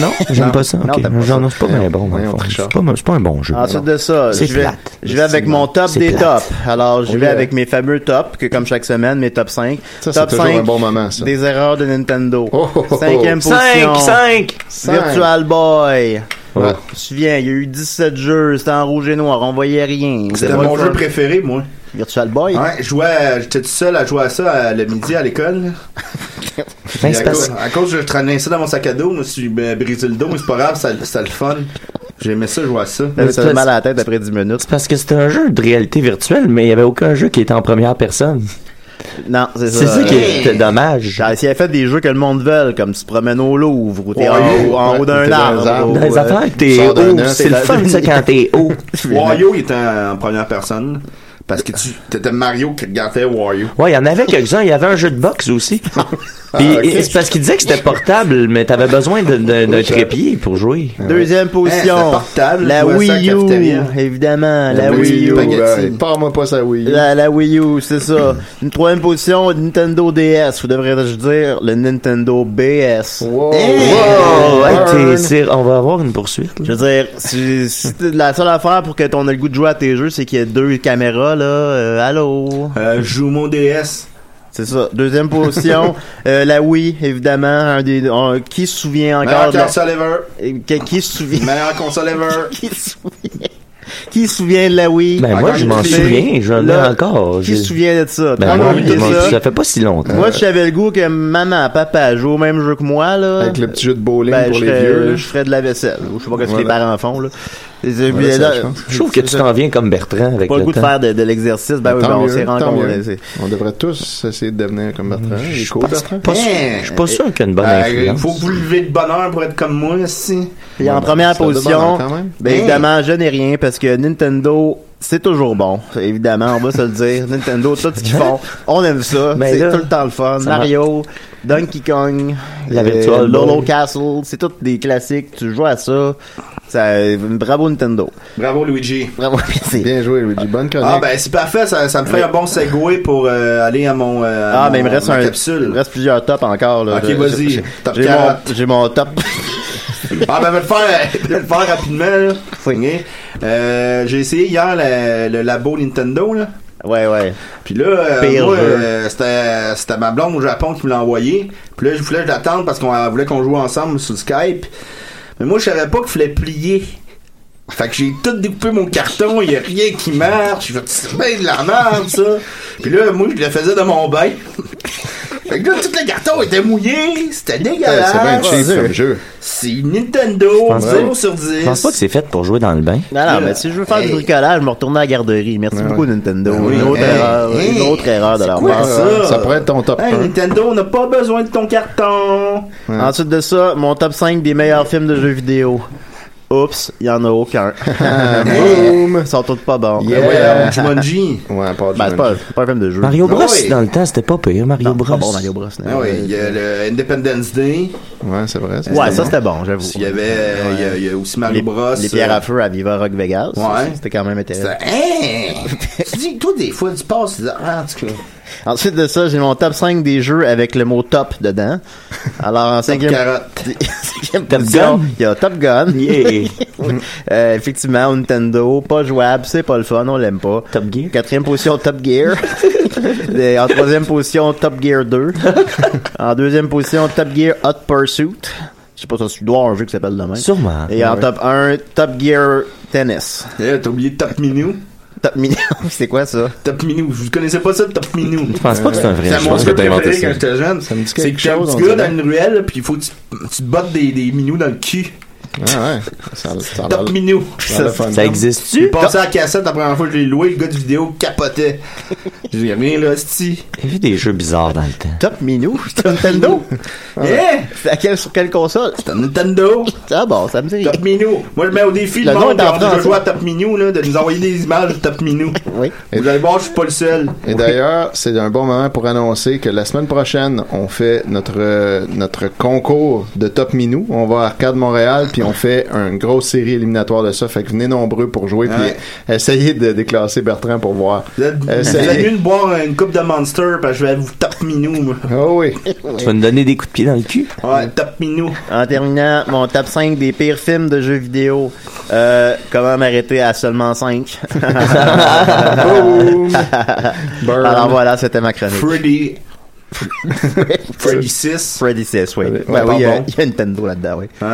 Non, j'aime Non. pas ça. Non, ok. t'aimes pas Genre, ça. non, c'est pas bien Voyons, bon. dans le voyons, fond. Richard. C'est pas, un- c'est pas un bon jeu. Ensuite de ça, C'est je vais, plate. je vais avec mon top C'est des plate. tops. Alors, je Oh Oui, vais euh. avec mes fameux tops, que comme chaque semaine, mes top 5. Ça, c'est top toujours un bon moment, ça. des erreurs de Nintendo. Oh, Cinquième Cinq, position. cinq. Virtual Boy. Ouais. Je me souviens, il y a eu 17 jeux, c'était en rouge et noir, on voyait rien. C'était C'était pas mon le jeu fun. préféré, moi. Virtual Boy. Ouais, je jouais à- j'étais tout seul à jouer à ça à- le midi à Ben, l'école. Puis Ben, c'est à, parce- cause, à cause, je traînais ça dans mon sac à dos, je me suis ben, brisé le dos, mais c'est pas grave, ça- c'était le fun. J'aimais ça jouer à ça. Mais c'est- à la tête après 10 minutes. C'est parce que c'était un jeu de réalité virtuelle, mais il n'y avait aucun jeu qui était en première personne. Non, c'est ça. C'est ça qui était dommage. Quand- S'il avait fait des jeux que le monde veut, comme tu te promènes au Louvre, ou t'es en Ouais. haut, en haut Ouais, t'es d'un dans arbre. un arbre. ou, Dans les euh, affaires que tu t'es sors d'un haut, arbre, c'est le la- fun, ça, quand t'es Oh. haut. Oh. Wario, il était en, en première personne. Parce que tu étais Mario qui regardait Wario. Ouais, il y en avait quelques-uns. Il y avait un jeu de boxe aussi. Ah, Puis ok. et- c'est parce qu'il disait que c'était portable, mais t'avais besoin de- de- d'un trépied pour jouer. Deuxième Eh, position, la Wii U, évidemment, la Wii U. Parle-moi ben, pas ça, Wii U. Hmm. La, la Wii U, c'est ça. Une troisième position, Nintendo DS, ou devrais-je dire le Nintendo BS. Hey! Wow! Hey, t'es- Burn! c'est- on va avoir une poursuite. là. Je veux dire, si, si t'es- la seule affaire pour que t'on ait le goût de jouer à tes jeux, c'est qu'il y a deux caméras, là. Euh, allô? joue mon DS. C'est ça. Deuxième position, euh, la Wii, évidemment. Un des, un- qui se souvient encore? Meilleure de la- console ever. Euh, que- qui se souvient? Meilleure console ever. qui se souvient? Qui se souvient de la Wii? Ben, moi, Encore je une m'en fille. souviens. J'en ai Là, encore. Qui J'ai- se souvient de ça? Ben, T'as moi, envie de moi, ça? ça fait pas si longtemps. Moi, j'avais le goût que maman, papa jouent Ben, au même jeu que moi, là. Avec le petit jeu de bowling Ben, pour je les ferais- vieux. là. Je ferais de la vaisselle. ou Je sais pas qu'est-ce que les Voilà. parents font, là. Et- Voilà, et c'est là, la chance. Je trouve que tu t'en viens comme Bertrand avec pas le le goût de temps. faire de, de l'exercice. Ben oui, Tant ben, on mieux, s'est tant rencontrés. mieux. c'est- On devrait tous essayer de devenir comme Bertrand. Hein, Je suis pas- pas sûr- je suis pas sûr qu'il y a une bonne Il influence. Euh, faut que vous levez de bonheur pour être comme moi, si. Puis en Ouais, première c'est de position, bonheur quand même. ben, Hey. évidemment, je n'ai rien parce que Nintendo, c'est toujours bon. Évidemment, on va se le dire. Nintendo, tout ce qu'ils font, on aime ça. Ben c'est là, tout le temps le fun. ça Mario, Donkey Kong, La euh, Virtual Lolo Boy. Castle, c'est tous des classiques. Tu joues à ça. ça bravo Nintendo. Bravo, Luigi. Bravo, merci. Bien joué, Luigi. Bonne Ah, chronique. ben, c'est parfait. Ça, ça me fait un bon segway pour euh, aller à mon. euh, à Ah, mais il me mon- reste ma un, capsule. il me reste plusieurs tops encore, là. Ok, Je- vas-y. j'ai- Top J'ai mon, 40. j'ai mon top. Ah ben, je vais le faire, je vais le faire rapidement. Là. Fouignez. Euh, j'ai essayé hier la- le labo Nintendo. Là. Ouais, ouais. Puis là, euh, Pire moi, jeu. euh, c'était, c'était ma blonde au Japon qui me l'a envoyé. Puis là, je voulais que je l'attende parce qu'on elle voulait qu'on joue ensemble sur Skype. Mais moi, je savais pas qu'il fallait plier. Fait que j'ai tout découpé mon carton, il y a rien qui marche. J'ai fait, c'est bien de la merde, ça. Puis là, moi, je le faisais dans mon bain. Fait que là, tout le carton était mouillé, c'était Eh, Ouais, dégueulasse. C'est ben, bien cheap comme jeu. C'est Nintendo, pense 0 pas- sur 10. Je pense pas que c'est fait pour jouer dans le bain. Non, non, mais si je veux faire du Hey. bricolage, je me retourne à la garderie. Ah, Merci beaucoup, Nintendo. oui. Une autre Hey, erreur, hey. une autre erreur de leur quoi, part. hein. ça? Ça pourrait être ton top Hey, 1. Nintendo, on n'a pas besoin de ton carton. Ouais. Ensuite de ça, mon top 5 des meilleurs films de jeux vidéo. Oups, il y en a aucun. Boom! Ils sont tous pas bons. Yeah. Voyons, Jumanji. Ouais, à part Ben, c'est pas, Jumanji. c'est pas un film de jeu. Mario Ah Bros, oui. dans le temps, c'était pas pire. Mario Non, c'est Bros. pas bon, Mario Bros. Ah oui, il y a le Independence Day. Ouais, c'est vrai. c'est Ouais, bon. ça c'était bon, j'avoue. Il y avait, euh, il y a- il y a aussi les, Mario Bros. les pierres euh, à feu à Viva Rock Vegas. Ouais. C'était quand même c'était- intéressant. Hein? Tu dis, toi, des fois, tu passes. Ah, en tout cas. Ensuite de ça, j'ai mon top 5 des jeux avec le mot top dedans. Alors, en cinquième, Carotte. cinquième Top position, Gun. il y a Top Gun. Yeah. Euh, effectivement, Nintendo, pas jouable, c'est pas le fun, on l'aime pas. Top Gear. Quatrième position, Top Gear. Et en troisième position, Top Gear 2. en deuxième position, Top Gear Hot Pursuit. Je sais pas si tu dois avoir un jeu qui s'appelle demain. Sûrement. Et en top 1, Top Gear Tennis. Eh, T'as oublié Top Minou. Top Mini, c'est quoi ça? Top Minou. Vous connaissez pas ça, Top Minou? Je pense pas que c'est un vrai C'est jeu. mon pense jeu que t'as inventé préféré ça. quand j'étais jeune. me dit C'est que quelque t'as un chose, petit on gars dirait. dans une ruelle, puis il faut que tu, tu te bottes des, des minous dans le cul. Ah ouais. Ça, ça a l'air- Top Minou. ça a l'air fun. Je passé à la cassette la première fois que je l'ai loué, le gars du vidéo capotait. Je dis rien là, sti. J'ai vu des jeux bizarres dans le temps. Top Minou, c'est un Nintendo. Yeah! C'est à quel- sur quelle console? C'est un Nintendo. Ah bon, ça me dit. Top Minou. Moi, je mets au défi Le le nom monde est qui en a déjà français. joué à Top Minou, là, de nous envoyer des images de Top Minou. Oui. Vous allez voir, je suis pas le seul. Et d'ailleurs, c'est un bon moment pour annoncer que la semaine prochaine, on fait notre euh, notre concours de Top Minou. On va à Arcade Montréal, puis on fait une grosse série éliminatoire de ça. Fait que venez nombreux pour jouer, puis Ouais. essayez de déclasser Bertrand pour voir. Vous Euh, êtes, vous Essayez. êtes mieux de boire une coupe de Monster, parce que je vais vous Top Minou, moi. Oh oui. Tu vas nous donner des coups de pied dans le cul. Ouais, Top Minou. En terminant, mon top 5 des pires films de jeux vidéo. Euh, comment m'arrêter à seulement 5? Burn. Alors voilà, c'était ma chronique. Freddy. Freddy 6. Freddy Ah 6, oui. Ouais, Ben pas oui, il y a- bon. il y a Nintendo là-dedans, oui. Ouais.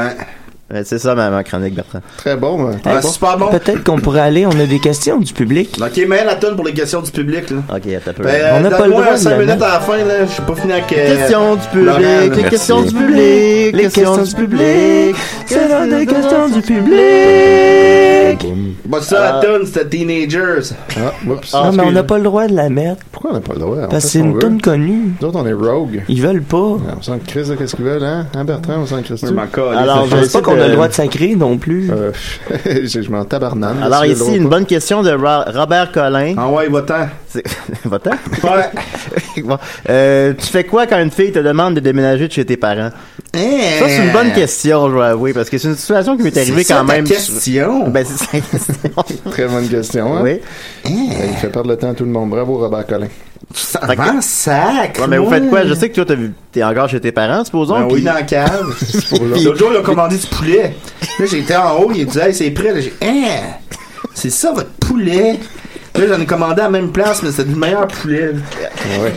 Ouais, C'est ça ma, ma chronique, Bertrand. Très bon. hein. Ah, super bon. Peut-être qu'on pourrait aller, on a des questions du public. Ok, mais la tonne pour les questions du public, là. Ok, attends un peu. Ben, On n'a pas le droit hein. de 5 la minutes mettre. à la fin, là. Je suis pas fini avec. euh, Questions du public, Laurent, là. les questions du public, Les questions du public, c'est l'heure des questions du public. Bah, ça, la Euh. tonne, c'était Teenagers. Ah, oups. Ah, mais on n'a pas le droit de la mettre Pourquoi on n'a pas le droit? On fait parce que ce c'est qu'on une veut. tonne connue. Nous autres, on est rogue. Ils veulent pas. Ah, On sent une crise de qu'est-ce qu'ils veulent, hein? Hein, Bertrand? On sent une crise Je m'en calisse. Alors, Je je pense sais pas qu'on a le droit de sacrer non plus. Euh, je je m'en tabarnane. Alors C'est le ici, droit. une bonne question de Ro- Robert Collin. Ah ouais, va-t'en. C'est- Va-t'en. Ouais. Bon. Euh, tu fais quoi quand une fille te demande de déménager de chez tes parents? Eh. Ça, c'est une bonne question, je dois avouer, parce que c'est une situation qui m'est arrivée Euh. C'est ça quand ta même. question. Ben, c'est ça la question. Très bonne question, hein? oui. Il fait perdre le temps à tout le monde. Bravo, Robert Collin. Ça vend sac. Ouais, mais vous faites quoi? Je sais que toi, t'as vu- t'es encore chez tes parents, supposons. Ben oui, puis- dans la cave. Pour là. L'autre jour, ils ont commandé du poulet. Là, j'étais en haut, ils disaient, hey, c'est prêt. Là, j'ai, hein, c'est ça votre poulet? Là, j'en ai commandé à la même place, mais c'est du meilleur poulet. Ouais.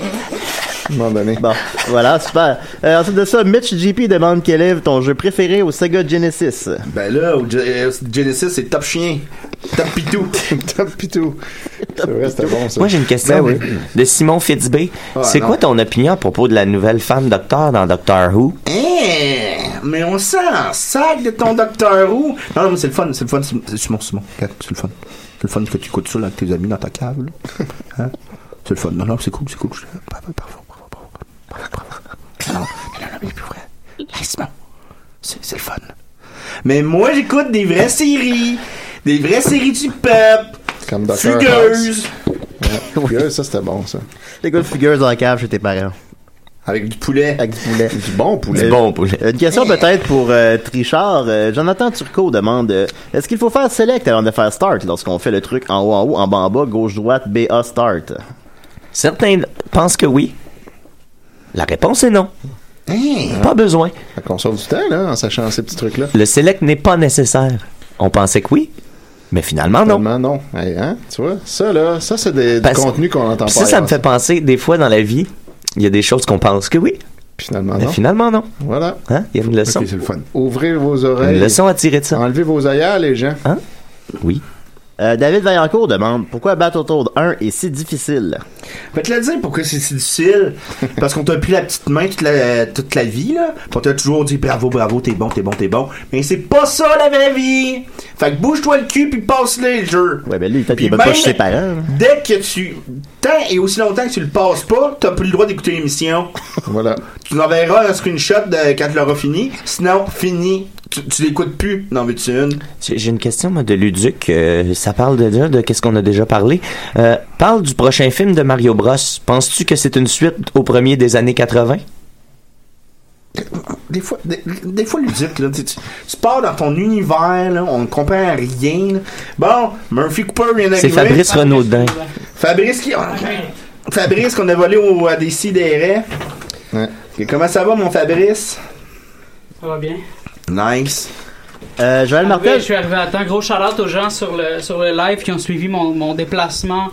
À un moment donné. Bon, voilà, super. Euh, ensuite de ça, Mitch JP demande quel est ton jeu préféré au Sega Genesis. Ben là, au Ge- euh, Genesis, c'est top chien. Top pitou. Top Pitou. C'est vrai, c'était bon, ça. Moi, j'ai une question Ben de, de Simon Fitzbé. Ah, c'est non. quoi ton opinion à propos de la nouvelle femme docteur dans Doctor Who? Hein, mais on sent un sac de ton docteur ou. Non, non, mais c'est le fun, c'est le fun, c'est c'est- Simon, Simon, regarde, c'est le fun. C'est le fun que tu écoutes ça là, avec tes amis dans ta cave, là. Hein? C'est le fun. Non, non, c'est cool, c'est cool. Je- Bravo, bravo, bravo, bravo, bravo, bravo. Non, non, mais non, non, mais plus vrai. Hey, Simon, c'est c'est le fun. Mais moi, j'écoute des vraies séries, des vraies séries du peuple, Comme Dr. fugueuses, House. Fugueuse, ça, c'était bon, ça. Les gars de figures en cave chez tes parents. avec du poulet. Avec du poulet. Du bon poulet. Du bon poulet. Euh, Une question peut-être pour euh, Trichard. Euh, Jonathan Turcot demande euh, Est-ce qu'il faut faire select avant de faire start lorsqu'on fait le truc en haut, en haut, en bas, en bas, gauche, droite, BA, start Certains pensent que oui. La réponse est non. Hein? Pas besoin. Fait qu'on sauve du temps, là, en sachant ces petits trucs-là. Le select n'est pas nécessaire. On pensait que oui, mais finalement Ah, non. Finalement, non. Hey, hein? Tu vois, ça, là, ça, c'est des- du Parce- contenu qu'on entend pas. Puis ça, ça ailleurs. me fait penser, des fois dans la vie, il y a des choses qu'on pense que oui, Finalement, Ah mais non. finalement non. Voilà. Hein? Il y a une leçon. Ok, c'est le fun. Ouvrez vos une oreilles. leçon à tirer de ça. Enlevez vos ailleurs, les gens. Oui. Euh, David Vaillancourt demande Pourquoi Battletoad 1 est si difficile Je vais te le dire pourquoi c'est si difficile. Parce qu'on t'a pris la petite main toute la, toute la vie, là. Puis on t'a toujours dit bravo, bravo, t'es bon, t'es bon, t'es bon. Mais c'est pas ça la vraie vie. Fait que bouge-toi le cul puis passe-le le jeu. Ouais, ben lui, peut-être Puis qu'il est pas même- chez ses parents. là. Dès que tu. Tant et aussi longtemps que tu le passes pas, t'as plus le droit d'écouter l'émission. Voilà. Tu nous enverras un screenshot de quand tu l'auras fini. Sinon, fini. Tu, tu l'écoutes plus. Non, mais tu une. J'ai j'ai une question moi, de Luduc. Euh, ça parle déjà de qu'est-ce qu'on a déjà parlé. Euh, parle du prochain film de Mario Bros. Penses-tu que c'est une suite au premier des années 80 Des fois, des, des fois Luduc, là, tu, tu- tu pars dans ton univers, là, on ne comprend rien. là. Bon, Murphy Cooper vient d'arriver. C'est Fabrice Renaudin. Fabrice qui. ah, Fabrice qu'on a volé au à des sidérés. Ouais. Comment ça va mon Fabrice? Ça va bien. Nice. Euh, Joël Arrivé, Martel, je suis arrivé à temps. Gros shout-out aux gens sur le, sur le live qui ont suivi mon, mon déplacement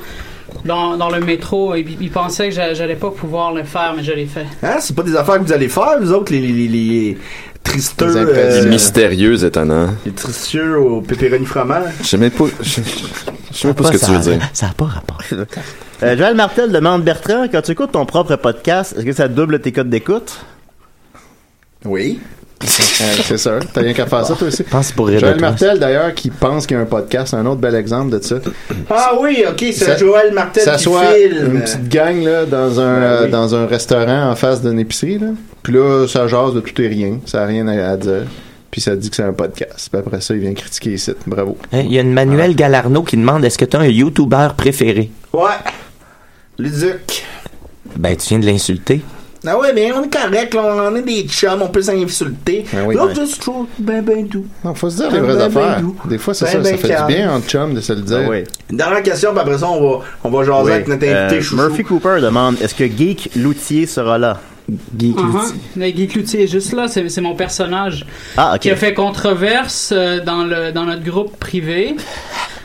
dans, dans le métro. Ils, ils pensaient que j'a- j'allais pas pouvoir le faire, mais je l'ai fait. Hein? C'est pas des affaires que vous allez faire, vous autres, les, les, les, les tristeux. Les euh, imprévisibles. Mystérieux, étonnant. les tristeux au pepperoni fromage. Je sais même pas, je, je- je sais même pas ce que tu veux dire. Ah, Ça n'a pas rapport. euh, Joël Martel demande Bertrand, quand tu écoutes ton propre podcast, est-ce que ça double tes codes d'écoute Oui. Euh, c'est sûr. T'as rien qu'à faire ça, toi aussi. Pense pour rire de Joël toi. Martel, d'ailleurs, qui pense qu'il y a un podcast, un autre bel exemple de ça. Ah oui, ok, Ça- c'est Joël Martel ça qui soit filme. une petite gang là, dans, un, euh, Ben oui. dans un restaurant en face d'une épicerie. Là. Puis là, ça jase de tout et rien. Ça n'a rien à, à dire. Puis ça dit que c'est un podcast. Puis après ça, il vient critiquer ici. Bravo. Hein, Il y a une Ah. Manuel Galarno qui demande est-ce que tu as un YouTuber préféré Ouais. Luduc. Ben, tu viens de l'insulter. Ah ouais, mais on est correct, là, on est des chums, on peut s'insulter. Ah oui, L'autre, ouais. juste trouve ben ben doux. Non, faut se dire les vraies affaires. Des fois, c'est Ben, ça. ça fait du bien en chum de se le Ah dire. Une dernière question, puis après ça, on va, on va jaser Oui, avec notre invité euh, chouchou. Murphy Cooper demande est-ce que Geek Loutier sera là Geek Uh-huh. Mais Guy Cloutier est juste là, c'est c'est mon personnage Ah, ok. qui a fait controverse euh, dans, le, dans notre groupe privé.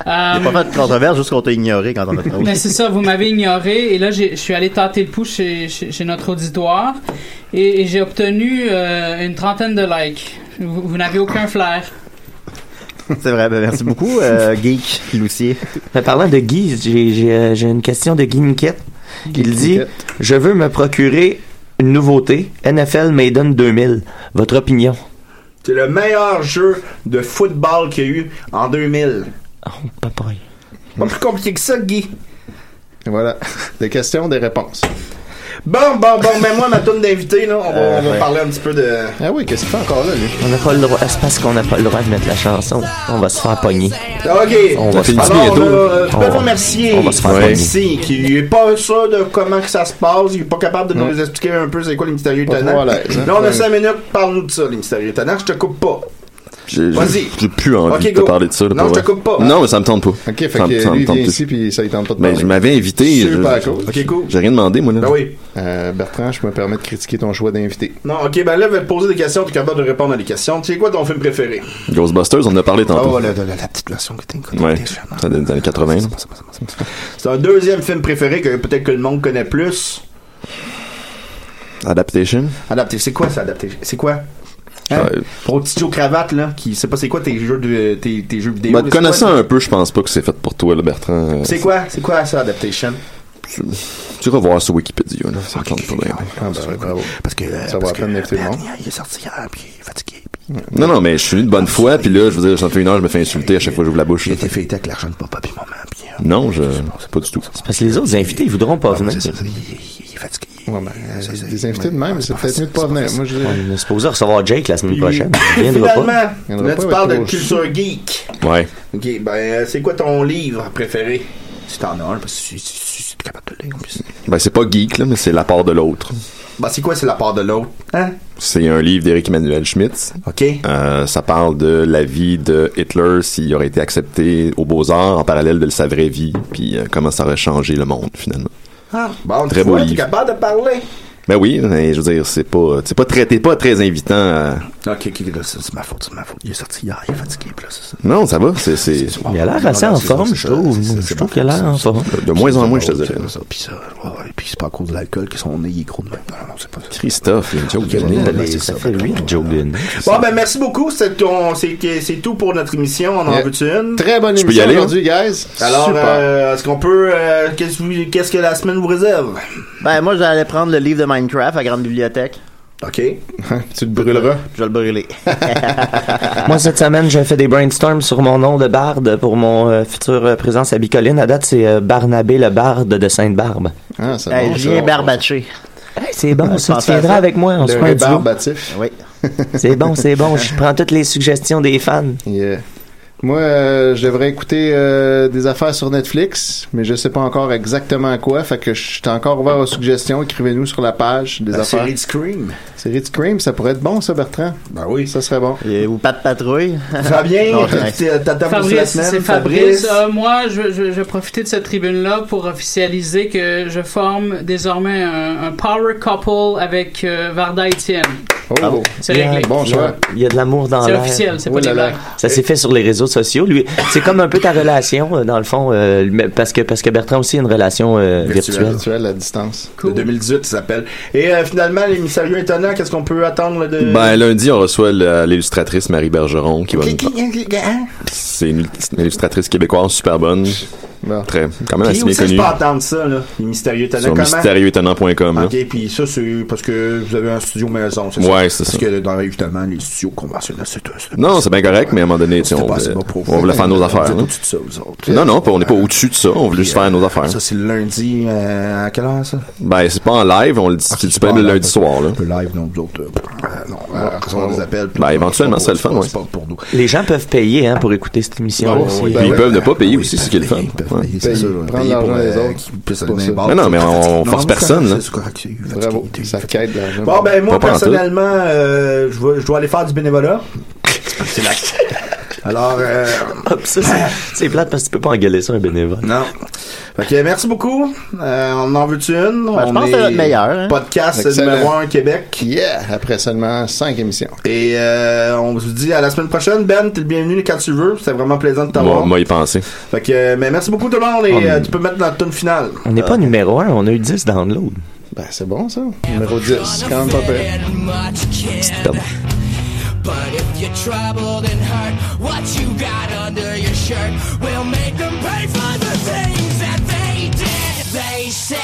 Euh, Il n'y a pas fait de controverse, juste qu'on t'a ignoré quand on a Mais c'est ça, vous m'avez ignoré et là j'ai- je suis allé tâter le pouls chez, chez- chez notre auditoire et, et j'ai obtenu euh, une trentaine de likes. Vous, vous n'avez aucun flair. C'est vrai, ben, merci beaucoup, euh, Geek Loutier. Mais Ben, parlant de Guy, j'ai- j'ai euh, j'ai une question de Guy Niquette. Il dit Je veux me procurer une nouveauté, NFL Maiden 2000. Votre opinion C'est le meilleur jeu de football qu'il y a eu en 2000. Oh, Pas plus compliqué que ça, Guy. Voilà. Des questions, des réponses. Bon, bon, bon, mais moi, ma tourne d'invité, là, on va, Euh, on va ouais. parler un petit peu de. Ah oui, qu'est-ce qu'il fait encore là, lui On n'a pas le droit. C'est parce qu'on n'a pas le droit de mettre la chanson. On va se faire pogner. Ah, Ok. On va se faire Alors, bientôt. là, je peux On- vous remercier. on va se faire Merci, pogner. qui est pas sûr de comment que ça se passe. Il est pas capable de Ouais. nous expliquer un peu c'est quoi les mystérieux Pas tenants. trop à l'aise, hein. Là, on a Ouais. 5 minutes. Parle-nous de ça, les mystérieux tenants. Je te coupe pas. J'ai- j'ai- Vas-y. J'ai plus envie Ok, de te go. parler de ça. là, Non, pour je te vrai. coupe pas. Non, mais ça me tente pas. Ok, fait Ça me- ça que me lui, il tente vient plus. ici, puis ça, il tente pas de Ben, parler. je m'avais invité. Super je- cool. Ok, cool. J'ai rien demandé, moi, là. Ben oui. Euh, Bertrand, je me permets de critiquer ton choix d'invité. Non, ok, ben là, je vais te poser des questions. T'es capable de répondre à des questions. Tu sais quoi ton film préféré? Ghostbusters, on en a parlé tantôt. Oh, la, la- la- la petite version que t'écoutes. Ouais. Ça date des années 80. là. C'est un deuxième film préféré que peut-être que le monde connaît plus. Adaptation. Adapté. C'est quoi ça, adapté? C'est quoi? Hein? Ouais. Pour petit Joe Cravate, là, qui sait pas c'est quoi tes jeux, de, tes, tes jeux vidéo. Ben, là, te c'est connaissant quoi? un peu, je pense pas que c'est fait pour toi, là, Bertrand. Euh, C'est quoi? C'est quoi ça, Adaptation? Tu, tu vas voir sur Wikipédia, là. Ça compte pas bien. Ah, ben, ouais, bravo. Parce que. Ça va à peine d'inviter le monde. Il est sorti hier, puis il est fatigué. Non, non, mais je suis venu de bonne foi, puis là, je veux dire, ça fait une heure, je me fais insulter à chaque fois que j'ouvre la bouche. J'ai été fêté avec l'argent de papa, puis maman. Non, je. C'est pas du tout. Parce que les autres invités, ils voudront pas venir. Ouais, ben, euh, des invités de même, Ah, c'est peut-être mieux de pas venir. Moi, je On est supposé recevoir Jake la semaine prochaine. Il viendra Finalement, pas. là, tu parles de culture geek. Ouais. Ok, ben, euh, c'est quoi ton livre préféré? Si t'en as un, parce que si, si, si- si t'es capable de le lire, en plus. Ben, c'est pas geek, là, mais c'est la part de l'autre. Ben, c'est quoi, c'est la part de l'autre? Hein? C'est un livre d'Éric Emmanuel Schmitz. OK. Euh, ça parle de la vie de Hitler s'il aurait été accepté aux Beaux-Arts en parallèle de sa vraie vie, puis euh, comment ça aurait changé le monde, finalement. Ah, bon, Très tu beau vois, t'es livre. capable de parler. Ben oui, mais je veux dire, c'est pas, c'est pas très, t'es pas très invitant à... Ok, ok, là, c'est c'est ma faute, c'est ma faute. Il est sorti hier, il est fatigué, puis là, c'est ça. Non, ça va, c'est, c'est... Il a l'air assez en forme, je trouve. Je trouve qu'il a l'air en forme. De moins en moins, je te dirais. Ça, puis ça, ouais, ouais, puis c'est pas à cause de l'alcool qu'ils sont nés, ils gros de même. Non, non, c'est pas ça. Christophe, il y a une joke Ok, de bon, Neil. ben, c'est ça. fait lui, Joe Biden. Bon, ben, merci beaucoup. C'est ton- c'est c'est tout pour notre émission. On en Yeah. veut-tu une? Très bonne Tu peux y émission aller, hein? aujourd'hui, guys. Alors, Super. euh, est-ce qu'on peut. euh, qu'est-ce que vous- qu'est-ce que la semaine vous réserve? Ben, moi, j'allais prendre le livre de Minecraft à Grande Bibliothèque. OK. tu le brûleras. Je vais le brûler. Moi, cette semaine, j'ai fait des brainstorms sur mon nom de barde pour mon euh, future euh, présence à Bicoline. À date, c'est euh, Barnabé le barde de Sainte-Barbe. Ah, c'est Hey, bon, je ça. viens barbatcher. c'est bon, ça. pensais Tu à viendras ça. avec moi. On Le se fait un duo. rébarbatif. Oui. C'est bon, c'est bon. Je prends toutes les suggestions des fans. Yeah. Moi, euh, je devrais écouter euh, des affaires sur Netflix, mais je sais pas encore exactement quoi. Fait que je suis encore ouvert aux suggestions. Écrivez-nous sur la page des La affaires. série de Scream. Série de Scream, ça pourrait être bon, ça, Bertrand. Ben oui. Ça serait bon. ou pas de patrouille. Fabien, Non, t'as- t'as- t'as ta pour la Fabrice, semaine. c'est Fabrice. Euh, moi, je, je, je vais profiter de cette tribune-là pour officialiser que je forme désormais un, un power couple avec euh, Varda Etienne. Oh, C'est réglé. Bon Il y a- choix. Il y a de l'amour dans C'est l'air. officiel, Oh c'est pas des blagues. Ça s'est fait sur les réseaux sociaux. Lui, c'est comme un peu ta relation euh, dans le fond, euh, mais- parce que parce que Bertrand aussi a une relation euh, virtuelle. Virtuel à distance. De 2018, ça s'appelle. Et euh, finalement, les mystérieux étonnants, qu'est-ce qu'on peut attendre de. Ben, lundi, on reçoit la- l'illustratrice Marie Bergeron, qui va nous... Qui- qui- qui- qui- hein? C'est une une illustratrice québécoise super bonne. Très, quand même Puis assez où bien c'est que je connue. peux entendre ça, là? Les mystérieux étonnants, Sur comment? mystérieuxétonnant.com. là. Ok, puis ça, c'est parce que vous avez un studio maison, c'est ça? Ouais, Ouais, c'est Parce ça. que dans justement les studios conventionnels, c'est tout. Non, c'est bien correct, mais à un moment donné, tu sais, C'était on pas- voulait, c'est pas pour on vous. voulait faire nos Vous affaires. êtes là. au-dessus de ça, vous autres. Non, non, on n'est pas au-dessus de ça. On voulait juste faire nos affaires. Ça, c'est le lundi euh, à quelle heure ça Ben, c'est pas en live, on le dit, c'est disponible Ah, pas en Ah, le live, lundi soir. Là. Le live, non, d'autres. non, euh, on les appelle. Ben, éventuellement, c'est le fun, ouais. Les gens peuvent payer hein, pour écouter cette émission. Ouais, aussi. ouais, ben, Puis ils ouais. peuvent ne euh, pas payer aussi, c'est ce qui est le fun. Ouais. C'est ça, Prendre ben, payer l'argent pour, des euh, autres. qui puisse aller Pas dans les ça. bars, Mais non, mais tout ça. on force mais personne, c'est là. c'est correct, c'est- Bravo. Ça quête d'argent. Bon, ben, moi, Pas pantoute. personnellement, euh, je vais- je dois aller faire du bénévolat. C'est la. Alors, euh, Hop, ça, c'est- c'est plate parce que tu peux pas engueuler ça un bénévole. Non. Fait que, merci beaucoup. Euh, on en veut-tu une? Ben, je On pense que c'est est notre meilleure, hein. Podcast Excellent. numéro 1 Québec. Yeah! Après seulement 5 émissions. Et euh, on se dit à la semaine prochaine. Ben, t'es le bienvenu quand tu veux. C'était vraiment plaisant de Moi, t'avoir. moi, y penser. Fait que, euh, mais merci beaucoup tout le monde et Oh, mais- euh, tu peux mettre notre tune finale. On n'est pas numéro 1, on a eu 10 downloads. Ben, c'est bon, ça. Numéro 10. Ah, C'est quand même pas pire. Pardon. But if you're troubled and hurt, what you got under your shirt will make them pay for the things that they did. They said